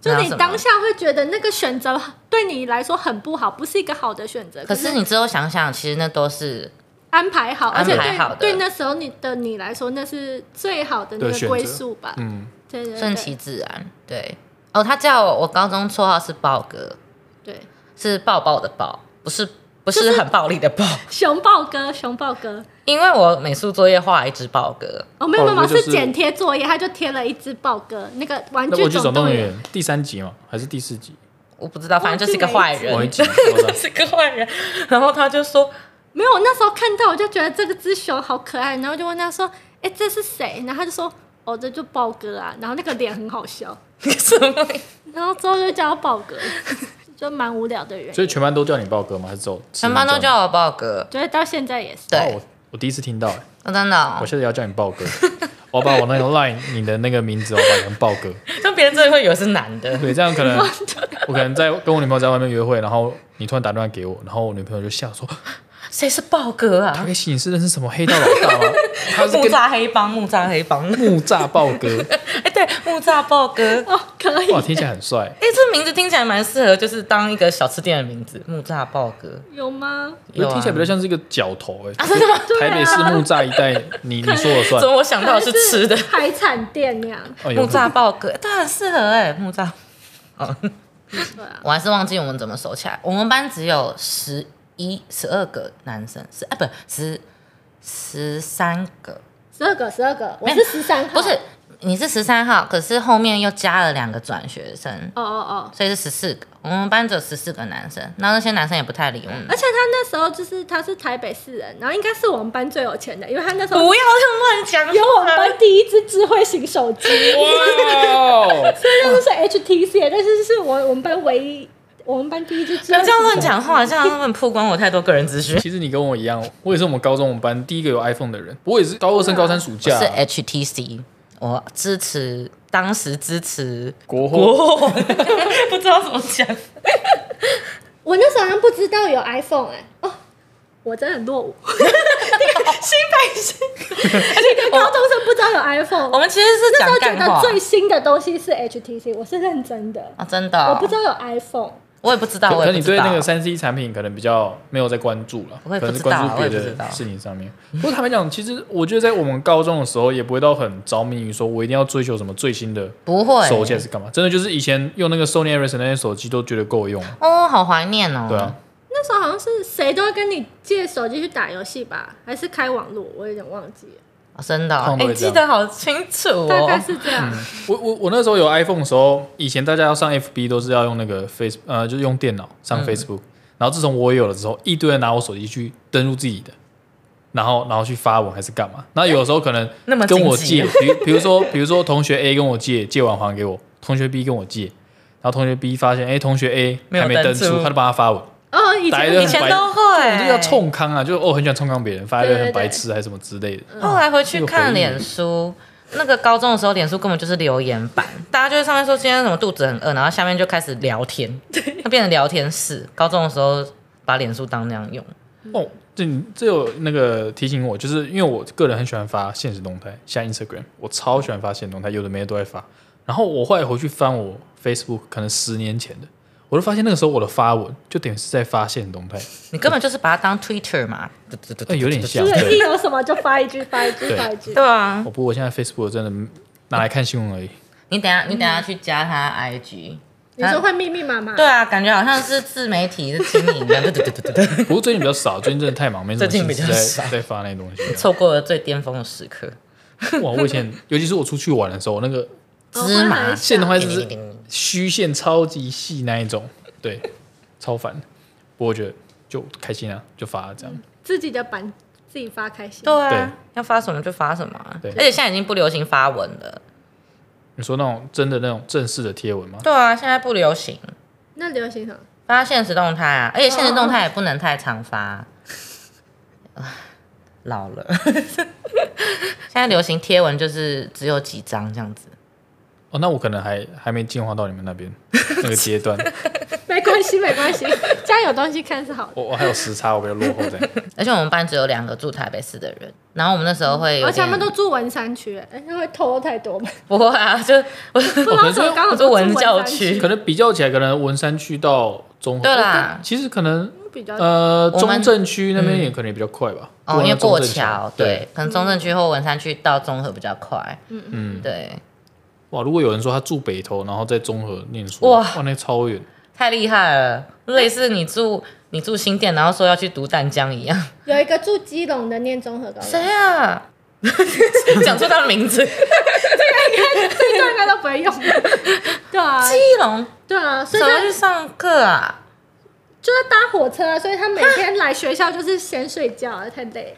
就那叫你什么当下会觉得那个选择对你来说很不好，不是一个好的选择。可是你之后想想，其实那都是安排好，而且安排好的对对那时候你的你来说，那是最好的那对选个择归宿吧？嗯，对对顺对其自然。对，哦，他叫我，我高中绰号是豹哥，对，是抱抱的抱，不是不是很暴力的暴，熊豹哥，熊豹哥。因为我美术作业画了一只豹哥，哦，没有没有，豹没有哥就是是剪贴作业，他就贴了一只豹哥，那个玩那我具去总总动动员员。第三集嘛，还是第四集？我不知道，反正就是一个坏某一人，集？我的是个坏人。 然后他就说，没有，我那时候看到我就觉得这个只熊好可爱，然后就问他说：“哎，这是谁？”然后他就说：“哦，这就豹哥啊。”然后那个脸很好笑，你什么意思？然后之后就叫他豹哥，就蛮无聊的原因。所以全班都叫你豹哥吗？还是只有全班都我？叫我豹哥，觉得到现在也是，哇哦对我，我第一次听到、欸，我真的哦我，现在要叫你豹哥，我把我那个 line 你的那个名字我改成豹哥，就别人真的会以为是男的。对，这样可 哦能我可能在跟我女朋友在外面约会，然后你突然打电话给我，然后我女朋友就吓说，谁是豹哥他啊？跟你是认识什么黑道老大吗？他是 木跟栅黑帮，木栅黑帮，木栅豹哥， 哎，对，木栅豹哥。哦，可以哇，听起来很 帅。哎、这名字听起来蛮适合，就是当一个小吃店的名字，木栅豹哥。有吗？我有哎啊啊听起来比较像是一个角头哎、欸真的吗？ 台北市木栅一带，你你说了算怎么我想到的是吃 的？海产店那样，哦，有可木能栅豹哥，它很适合哎、木栅。哦，对啊，我还是忘记我们怎么熟起来。我们班只有十一、十二个男生，是啊，不十十三个，十二个，十二个，我是十三号，哎不是你是十三号，可是后面又加了两个转学生，哦哦哦，所以是十四个。我们班只有十四个男生，那那些男生也不太理我们。而且他那时候就是他是台北市人，然后应该是我们班最有钱的，因为他那时不要啊候乱讲话，有我们班第一只智慧型手 机，哇哦，那就是 HTC，但是是我我们班唯一，我们班第一只智不要慧型手这样机。乱讲话，这样他们曝光我太多个人资讯。其实你跟我一样，我也是我们高中我们班第一个有 iPhone 的人，我也是高二升高三暑我假是 HTC，我支持，当时支持国货，国货， 不知道怎么讲。我那时候好像不知道有 iPhone 哎、哦，我真的很落伍， 新百姓，而且高中生不知道有 iPhone，我们其实是那时讲候觉干话得最新的东西是 HTC，我是认真的，啊，真的哦、我不知道有 iPhone，我也不知道，我可也能不你知对道。那个三 C 产品可能比较没有在关注了，我也可不能是知道关注别我也不知道的事情上面。不过坦白讲，其实我觉得在我们高中的时候，也不会到很着迷于说我一定要追求什么最新的不会手机还是干嘛，真的就是以前用那个 Sony Ericsson 那些手机都觉得够用，哦，好怀念哦。对啊，，那时候好像是谁都会跟你借手机去打游戏吧，还是开网络，我有点忘记了，哦真的哦、胖哎、都会这记样得好清楚大概哦。是这样。我我我那时候有 iPhone 的时候，以前大家要上 FB 都是要用那个 Face 呃，就是用电脑嗯上 Facebook、然后自从我有了之后，一堆人拿我手机去登录自己的，然后然后去发文还是干嘛？那有时候可能那么跟我禁忌借，比如比如说比如说同学 A 跟我借，借完还给我，同学 B 跟我借，然后同学 B 发现哎、同学 A 没有还没登登出，出他就帮他发文，哦，以打一前堆以很白前都会，我就叫。冲康啊，就哦很喜欢冲康别人，发一堆对对很白对痴还是什么之类的。后来回去这个回看忆脸书，那个高中的时候，脸书根本就是留言板， 大家就在上面说今天什么肚子很饿，然后下面就开始聊天，它变成聊天室。高中的时候把脸书当那样用，哦，这这有那个提醒我，就是因为我个人很喜欢发现实动态，像 Instagram，我超喜欢发现实动态，有的没的都在发。然后我后来回去翻我 Facebook，可能十年前的，我就发现那个时候我的发文就等于是在发现实动态，你根本就是把它当 Twitter 嘛，哎，有点像。就是对，一有什么就发一句，发一 句，对发一句。对啊。哦我不过我现在 Facebook 真的拿来看新闻而已。你等一下，你等一下去加他 IG。你说会密密麻麻？对啊，感觉好像是自媒体是经营啊的，对对对对对 对，不过最近比较少，最近真的太忙，没什么 最近心比思较在少在发那些东西。错过了最巅峰的时刻。哇，我以前尤其是我出去玩的时候，我那个哦芝麻我很线想的话叮是叮叮叮虚线超级细那一种，对，超烦。不过我觉得就开心啊，就发了这样。自己的版自己发开心。对啊，对要发什么就发什么、啊，对而且现在已经不流行发文了。你说那种真的那种正式的贴文吗？对啊，现在不流行那流行什么？发现实动态啊，而且现实动态也不能太常发。唉 老了， 现在流行贴文就是只有几张这样子。哦，那我可能还还没进化到你们那边那个阶 段，没关系，没关系，家有东西看是好的。我我还有时差，我比较落后在。而且我们班只有两个住台北市的人，然后我们那时候会有而且他点们都住文山区，哎，那会透太多吗？ 不会啊，就 我不知道为什么刚我好都住住文文教教区区，可能比较起来，可能文山区到中和，哎对啦其实可能比较呃我们中嗯正区那边也可能也比较快吧。哦，因为中过正桥，对对，，可能中正区或文山区到中和比较快，嗯，对，哇，如果有人说他住北投，然后在中和念书，哇哇，那超远。太厉害了，类似你住你住新店，然后说要去读淡江一样。有一个住基隆的念综合 高中，谁啊？讲出他的名字，基这一段应该都不会用。对啊，隆对啊，所怎以么他去上课啊？就要搭火车啊，所以他每天来学校就是先睡觉啊，太累。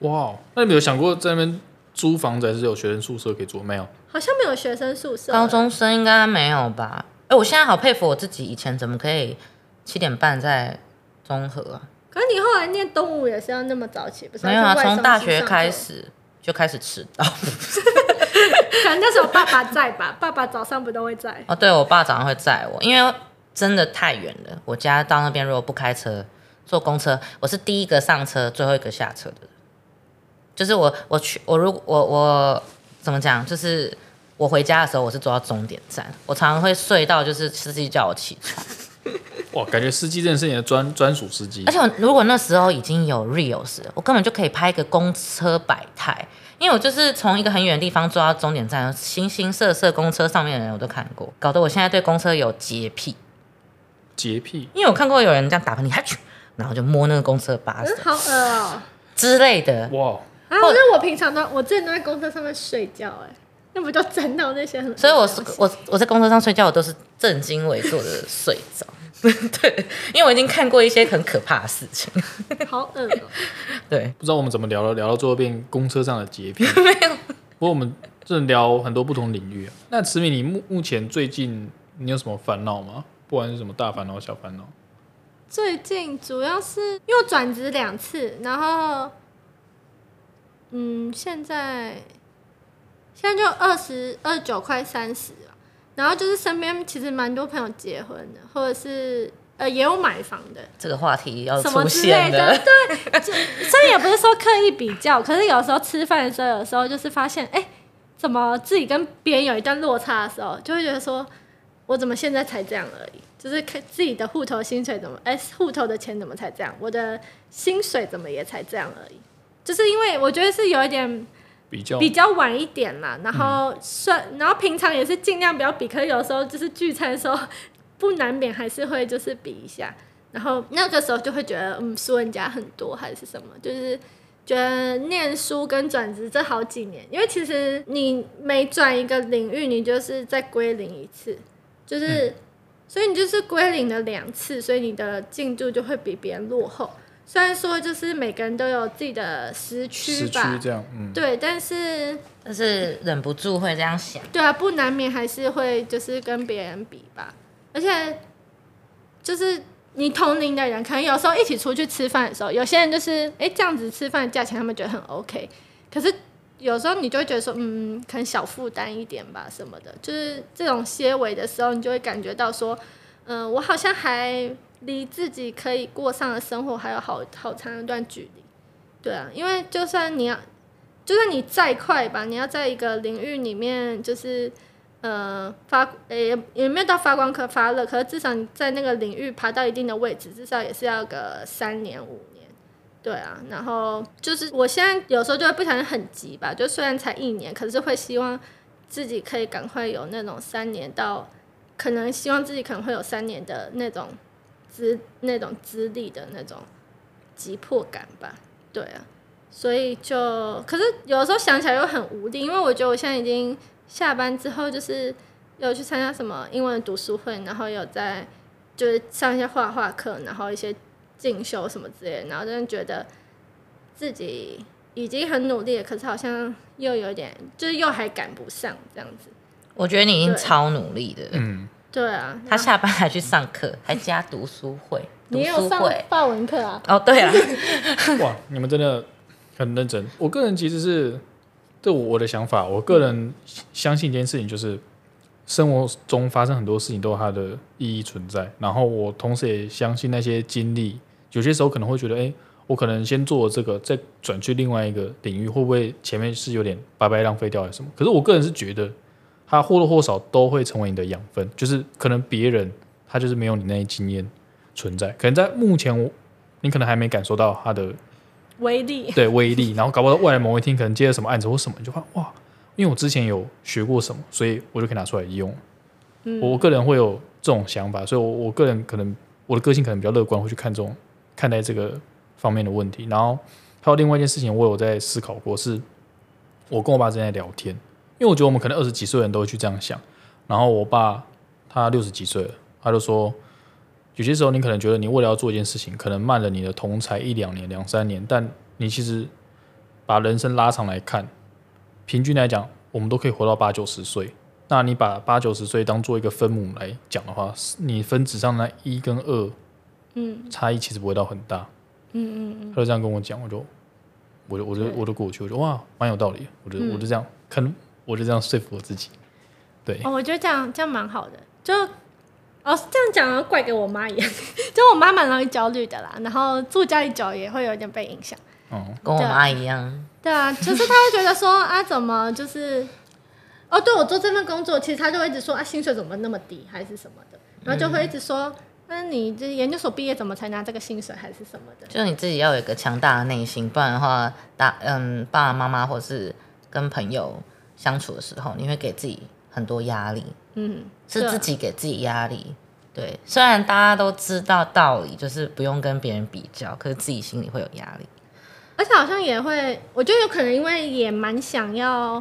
哇，哦那你们有想过在那边租房子，还是有学生宿舍可以住？没有，好像没有学生宿舍，高中生应该没有吧？哎、我现在好佩服我自己，以前怎么可以七点半在中和啊？可是你后来念东吴也是要那么早起，不是？没有啊，要去外商从大系学上开课，始就开始迟到。可能那时候爸爸在吧，爸爸早上不都会在。哦，对我爸早上会载我，因为真的太远了。我家到那边如果不开车，坐公车，我是第一个上车，最后一个下车的人。就是我，我去，我如我我怎么讲？就是我回家的时候，我是坐到终点站，我常常会睡到，就是司机叫我起床。哇，感觉司机真的是你的专专属司机而。且我如果那时候已经有 reels，了我根本就可以拍一个公车百态，因为我就是从一个很远的地方坐到终点站，形形色色公车上面的人我都看过，搞得我现在对公车有洁癖。洁癖，因为我看过有人这样打喷嚏，哈啾然后就摸那个公车的把手嗯，好恶哦、之类的。哇，哦啊，我觉得我平常都，我之前都在公车上面睡觉、哎，那不就沾到那些很……所以我是我我在公车上睡觉，我都是正襟危坐的睡着。 对，因为我已经看过一些很可怕的事情。 好恶、哦对，不知道我们怎么聊了，聊到最后变公车上的洁癖。 没有，不过我们真的聊很多不同领域、啊。那慈敏，你目目前最近你有什么烦恼吗？不管是什么大烦恼、小烦恼，最近主要是因为我转职两次，然后嗯，现在现在就二十二九快三十了，然后就是身边其实蛮多朋友结婚的，或者是呃也有买房的，这个话题要什么出之类现的，了。对，就所以也不是说刻意比较，可是有时候吃饭的时候，有时候就是发现，哎、怎么自己跟别人有一段落差的时候，就会觉得说，我怎么现在才这样而已，就是看自己的户头薪水怎么，哎、户头的钱怎么才这样，我的薪水怎么也才这样而已，就是因为我觉得是有一点比较比较晚一点啦，然嗯后算，然后平常也是尽量不要比，可是有时候就是聚餐的时候，不难免还是会就是比一下，然后那个时候就会觉得嗯输人家很多还是什么，就是觉得念书跟转职这好几年，因为其实你每转一个领域，你就是再归零一次，就是、嗯所以你就是归零了两次，所以你的进度就会比别人落后。虽然说就是每个人都有自己的时区时区吧，这样，嗯，对，但是但是忍不住会这样想，对啊，不难免还是会就是跟别人比吧，而且就是你同龄的人，可能有时候一起出去吃饭的时候，有些人就是哎、诶这样子吃饭的价钱他们觉得很 OK，可是有时候你就会觉得说嗯可能小负担一点吧什么的，就是这种些微的时候，你就会感觉到说嗯、我好像还离自己可以过上的生活还有好好长一段距离，对啊，因为就算你要就算你再快吧，你要在一个领域里面，就是呃发呃也也没有到发光可发热，可是至少你在那个领域爬到一定的位置，至少也是要个三年五年，对啊。然后就是我现在有时候就会不小心很急吧，就虽然才一年，可是会希望自己可以赶快有那种三年到，可能希望自己可能会有三年的那种资那种资历的那种急迫感吧，对啊。所以就，可是有的时候想起来又很无力，因为我觉得我现在已经下班之后，就是有去参加什么英文读书会，然后有在就是上一些画画课，然后一些进修什么之类的，然后真的觉得自己已经很努力了，可是好像又有点，就是又还赶不上这样子。我觉得你已经对超努力的。嗯，对啊，他下班还去上课，还加读书会，你读也有书上会。法文课啊？哦，对 啊，哇，你们真的很认真。我个人其实是对我的想法，我个人相信一件事情，就是生活中发生很多事情都有它的意义存在。然后我同时也相信那些经历，有些时候可能会觉得，哎、我可能先做这个，再转去另外一个领域，会不会前面是有点白白浪费掉还是什么？可是我个人是觉得，它或多或少都会成为你的养分，就是可能别人他就是没有你那些经验存在，可能在目前我你可能还没感受到它的威力，对威力，然后搞不好未来某一天可能接了什么案子或什么，你就发现哇，因为我之前有学过什么，所以我就可以拿出来用。我个人会有这种想法，所以我我个人可能我的个性可能比较乐观，会去看这种看待这个方面的问题。然后还有另外一件事情，我有在思考过，是我跟我爸之间在聊天，因为我觉得我们可能二十几岁的人都会去这样想。然后我爸他六十几岁了，他就说，有些时候你可能觉得你为了要做一件事情，可能慢了你的同才一两年、两三年，但你其实把人生拉长来看，平均来讲，我们都可以活到八九十岁。那你把八九十岁当做一个分母来讲的话，是你分子上那一跟二，嗯，差异其实不会到很大。嗯嗯他就这样跟我讲，我就，我就我就对我就过去，我就哇，蛮有道理的。我就、嗯我就这样，可能我就这样说服我自己。对，哦，我觉得这样这样蛮好的，就哦这样讲啊，怪给我妈一样， 就我妈蛮容易焦虑的啦，然后住家里久也会有点被影响。嗯，跟我妈一样。对啊，就是她会觉得说啊，怎么就是哦，对我做这份工作，其实她就会一直说啊，薪水怎么那么低，还是什么的，然后就会一直嗯说，那、你这研究所毕业怎么才拿这个薪水，还是什么的。就你自己要有一个强大的内心，不然的话，大嗯，爸爸妈妈或是跟朋友相处的时候，你会给自己很多压力，嗯，是对啊自己给自己压力。对，虽然大家都知道道理，就是不用跟别人比较，可是自己心里会有压力。而且好像也会，我觉得有可能因为也蛮想要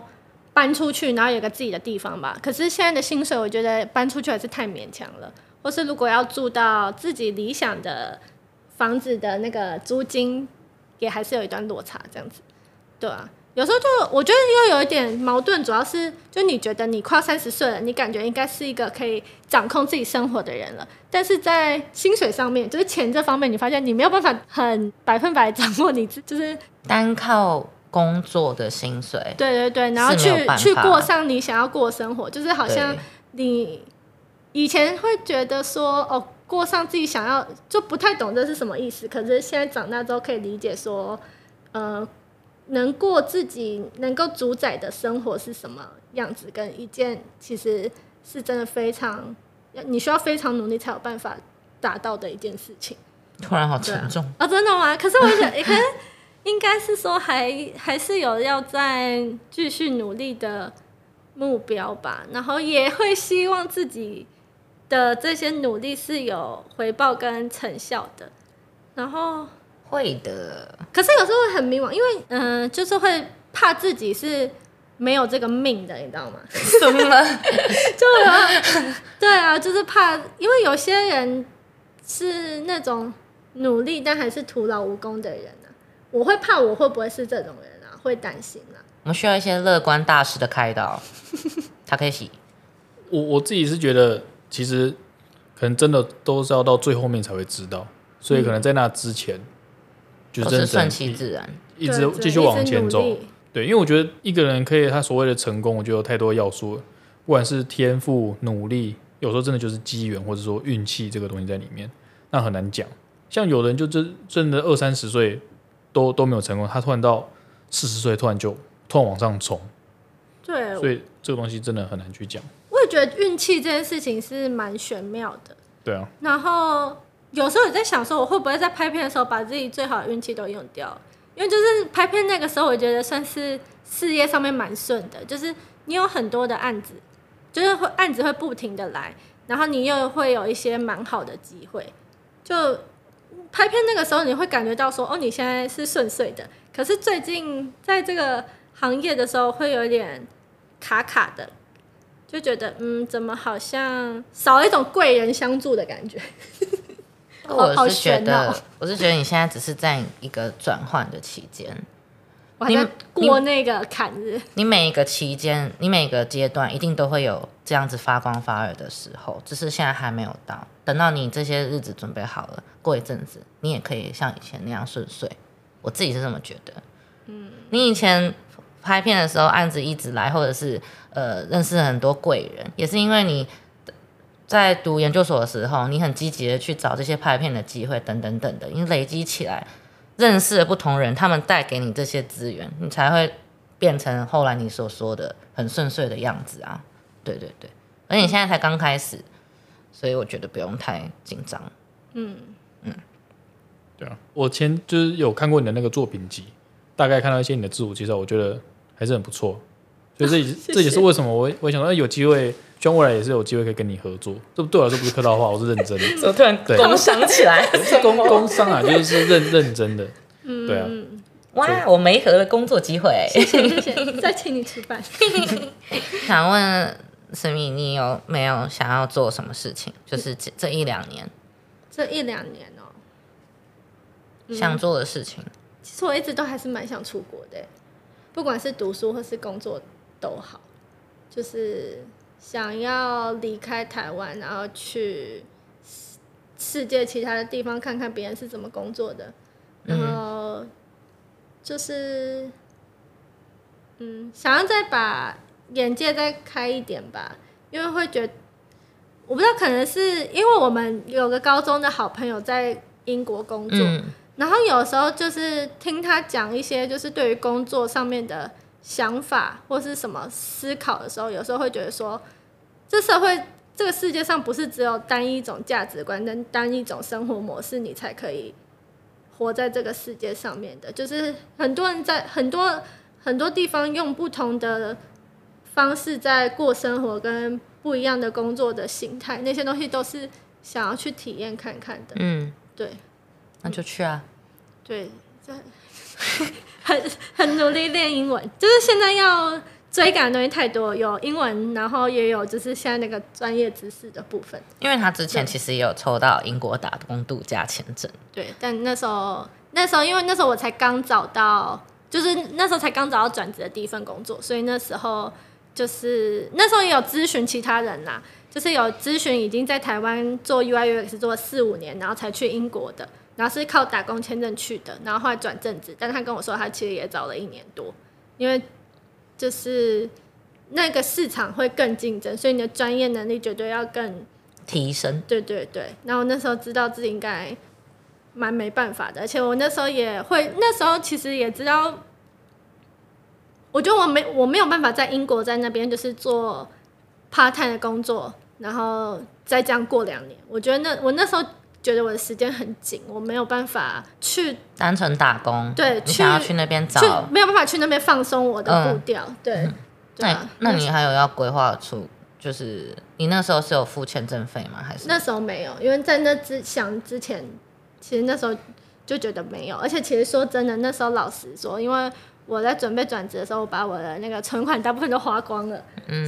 搬出去，然后有个自己的地方吧。可是现在的薪水，我觉得搬出去还是太勉强了。或是如果要住到自己理想的房子的那个租金，也还是有一段落差这样子。对啊，有时候就我觉得又有一点矛盾，主要是就你觉得你快三十岁了，你感觉应该是一个可以掌控自己生活的人了，但是在薪水上面，就是钱这方面，你发现你没有办法很百分百掌握你自，就是单靠工作的薪水，对对对，然后是去没有办法去过上你想要过的生活，就是好像对你以前会觉得说哦，过上自己想要，就不太懂这是什么意思。可是现在长大之后可以理解说，呃，能过自己能够主宰的生活是什么样子，跟一件其实是真的非常，你需要非常努力才有办法达到的一件事情。突然好沉重。哦，真的吗？可是我想， 可是应该是说还还是有要再继续努力的目标吧，然后也会希望自己的这些努力是有回报跟成效的。然后，会的，可是有时候会很迷茫，因为嗯、呃就是会怕自己是没有这个命的，你知道吗？什么？ 对啊，就是怕，因为有些人是那种努力但还是徒劳无功的人啊。我会怕我会不会是这种人啊，会担心啊。我们需要一些乐观大师的开导。他可以洗，我我自己是觉得，其实可能真的都是要到最后面才会知道，所以可嗯能在那之前，哦就都真是的顺其自然。一对直对继续一直往前努走。力对，因为我觉得一个人可以他所谓的成功，我觉得有太多要素了，不管是天赋、努力，有时候真的就是机缘或者说运气这个东西在里面，那很难讲。像有人就真真的二三十岁都都没有成功，他突然到四十岁突然就突然往上冲，对，所以这个东西真的很难去讲。我也觉得运气这件事情是蛮玄妙的。对啊，然后有时候也在想，说我会不会在拍片的时候把自己最好的运气都用掉？因为就是拍片那个时候，我觉得算是事业上面蛮顺的，就是你有很多的案子，就是会案子会不停的来，然后你又会有一些蛮好的机会。就拍片那个时候，你会感觉到说，哦，你现在是顺遂的。可是最近在这个行业的时候，会有一点卡卡的，就觉得嗯，怎么好像少了一种贵人相助的感觉。好我是觉好得悬哦，我是觉得你现在只是在一个转换的期间，我还你在过那个坎子，你每一个期间，你每一个阶段一定都会有这样子发光发热的时候，只是现在还没有到。等到你这些日子准备好了，过一阵子，你也可以像以前那样顺遂。我自己是这么觉得。嗯，你以前拍片的时候，案子一直来，或者是呃认识很多贵人，也是因为你在读研究所的时候，你很积极的去找这些拍片的机会，等等等的，你累积起来，认识了不同人，他们带给你这些资源，你才会变成后来你所说的很顺遂的样子啊。对对对，而且你现在才刚开始，所以我觉得不用太紧张。对啊，我前就是有看过你的那个作品集，大概看到一些你的自我介绍，我觉得还是很不错。所 以这也是、这也是为什么我会我也想说，哎有机会，希望未来也是有机会可以跟你合作。这对我来说不是客套话，我是认 真的，怎么突然对工伤起来？工工商啊，就是认认真的。对啊， 哇，我没合的工作机会。嗯谢谢谢谢，再请你吃饭。想问沈敏，你有没有想要做什么事情？就是这这一两年这一两年哦、想做的事情，其实我一直都还是蛮想出国的欸，不管是读书或是工作都好，就是想要离开台湾，然后去世世界其他的地方看看别人是怎么工作的，然后就是嗯，想要再把眼界再开一点吧，因为会觉得。我不知道，可能是因为我们有个高中的好朋友在英国工作，嗯，然后有时候就是听他讲一些就是对于工作上面的想法或是什么思考的时候，有时候会觉得说，这社会这个世界上不是只有单一种价值观跟单一种生活模式，你才可以活在这个世界上面的。就是很多人在很多很多地方用不同的方式在过生活，跟不一样的工作的形态，那些东西都是想要去体验看看的。嗯，对那就去啊。对，这 很很努力练英文，就是现在要追赶的东西太多，有英文，然后也有就是现在那个专业知识的部分。因为他之前其实也有抽到英国打工度假签证，对，但那时候那时候因为那时候我才刚找到，就是那时候才刚找到转职的第一份工作，所以那时候就是那时候也有咨询其他人啦，就是有咨询已经在台湾做 UI UX 做了四五年，然后才去英国的，然后是靠打工签证去的，然后后来转正职，但他跟我说他其实也找了一年多，因为就是那个市场会更竞争，所以你的专业能力绝对要更提升。对对对，然后那时候知道自己应该蛮没办法的，而且我那时候也会，那时候其实也知道，我觉得我没我没有办法在英国在那边就是做 part time 的工作，然后再这样过两年。我觉得那我那时候觉得我的时间很紧，我没有办法去单纯打工，对你去想要去那边去找，没有办法去那边放松我的嗯步调。对，对那啊，那你还有要规划出，就是你那时候是有付签证费吗？还是那时候没有，因为在那之想之前，其实那时候就觉得没有，而且其实说真的，那时候老实说，因为我在准备转职的时候，我把我的那个存款大部分都花光了，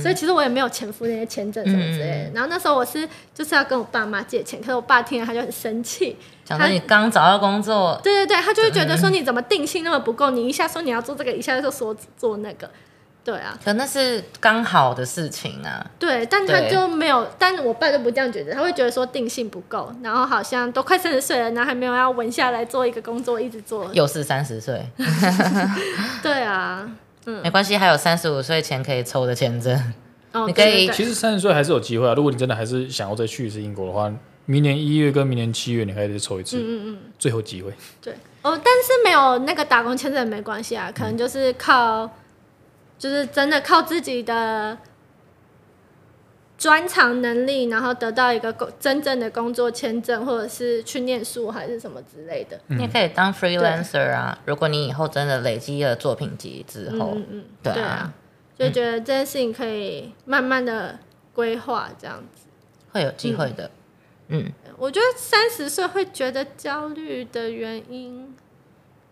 所以其实我也没有钱付那些签证什么之类的。然后那时候我是就是要跟我爸妈借钱，可是我爸听了他就很生气，讲到你刚找到工作，对对对，他就会觉得说你怎么定性那么不够，你一下说你要做这个，一下又说做那个，对啊，可那是刚好的事情啊。对，但他对就没有，但我爸就不这样觉得，他会觉得说定性不够，然后好像都快三十岁了，然后还没有要稳下来做一个工作，一直做。又是三十岁，对啊，没关系，还有三十五岁前可以抽的签证。哦，你对可以对其对实三十岁还是有机会啊。如果你真的还是想要再去一次英国的话，明年一月跟明年七月你还得抽一次，嗯嗯最后机会。对哦，但是没有那个打工签证也没关系啊，可能就是靠，就是真的靠自己的专长能力，然后得到一个工真正的工作签证，或者是去念书还是什么之类的。你也可以当 freelancer 啊，如果你以后真的累积了作品集之后，嗯嗯嗯，对啊对啊，就觉得这件事情可以慢慢的规划这样子。会有机会的。嗯，我觉得三十岁会觉得焦虑的原因，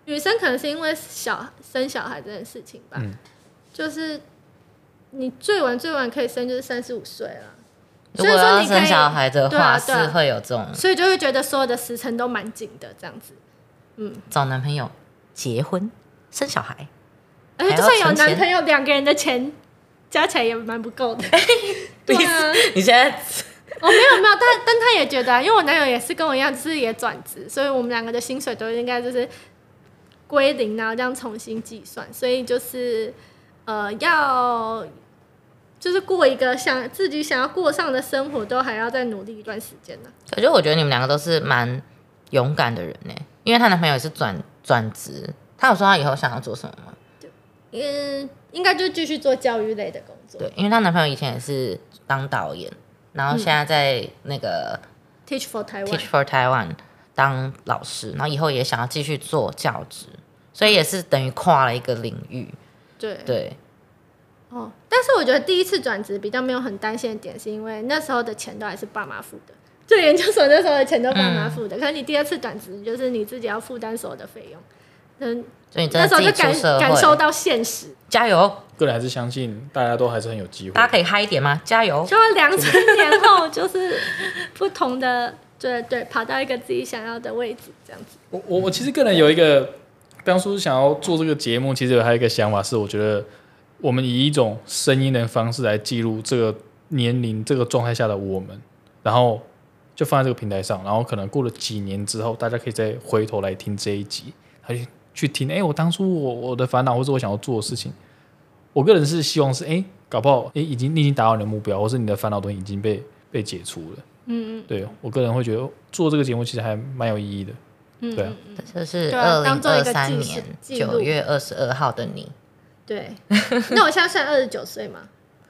女生可能是因为小生小孩这件事情吧，嗯就是你最晚最晚可以生就是三十五岁了，如所果以说要你可生以小孩的对话，啊对啊是会有这种所以就会觉得所有的时辰都蛮紧的这样子。找男朋友、结婚、生小孩。而且还就要算有存钱男朋友，两个人的钱加起来也蛮不够的。对啊， 你现在我哦没有没有，但但他也觉得啊、因为我男友也是跟我一样，就是也转职，所以我们两个的薪水都应该就是归零，然后这样重新计算，所以就是呃要就是过一个想自己想要过上的生活，都还要再努力一段时间呢、可是我觉得你们两个都是蛮勇敢的人呢，因为她男朋友也是转转职，她有说她以后想要做什么吗？嗯，应该就继续做教育类的工作对，因为她男朋友以前也是当导演，然后现在在那个，Teach for Taiwan Teach。for Taiwan 当老师，然后以后也想要继续做教职，所以也是等于跨了一个领域。对对，哦，但是我觉得第一次转职比较没有很担心的点，是因为那时候的钱都还是爸妈付的，就研究所那时候的钱都爸嗯妈付的。可是你第二次转职，就是你自己要负担所有的费用。嗯，所以你真的那时候自就己出感社感受会，到现实，加油！个人还是相信大家都还是很有机会。大家可以嗨一点吗？加油！就两三年后就是不同的，对对，跑到一个自己想要的位置，这样子。我我我其实个人有一个，当初想要做这个节目，其实有还有一个想法是，我觉得我们以一种声音的方式来记录这个年龄、这个状态下的我们，然后就放在这个平台上，然后可能过了几年之后，大家可以再回头来听这一集，还去去听，哎、我当初我我的烦恼或者我想要做的事情，我个人是希望是，哎、搞不好，哎、已经你已经达到你的目标，或是你的烦恼东西已经被被解除了。嗯嗯，对我个人会觉得做这个节目其实还蛮有意义的。嗯，对啊。这是对二啊零当做二一个三记事年记录九月二十二号的你， 对，那我现在算二十九岁嘛？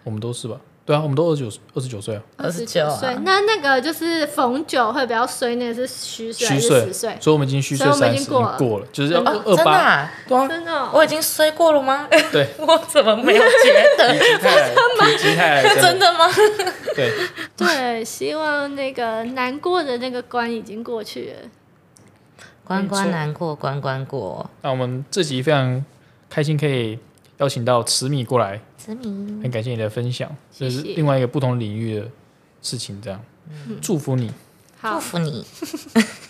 我们都是吧？对啊，我们都二十九二十九岁啊，二十九29啊岁，，那那个就是逢九会比较衰，那个是虚岁还虚是岁啊啊十，岁？所以我们已经虚岁所以我们三已十，已经经过了过了，就是要二哦二真的八，啊，对啊，真的哦、我已经衰过了吗？ 对， 我怎么没有觉得？体积太体积太 真的的吗？对，对，希望那个难过的那个关已经过去了。关关没错难过关关过，那我们这集非常开心可以邀请到慈米过来，子明，很感谢你的分享，这是谢谢另外一个不同领域的事情，这样嗯祝福你祝好福你，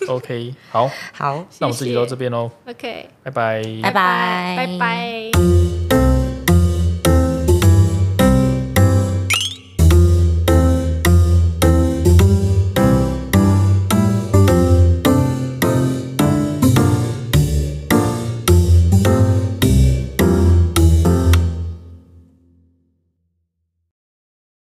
，OK，好， 好，那我们这集到这边喽， ，OK，拜拜，拜拜拜拜。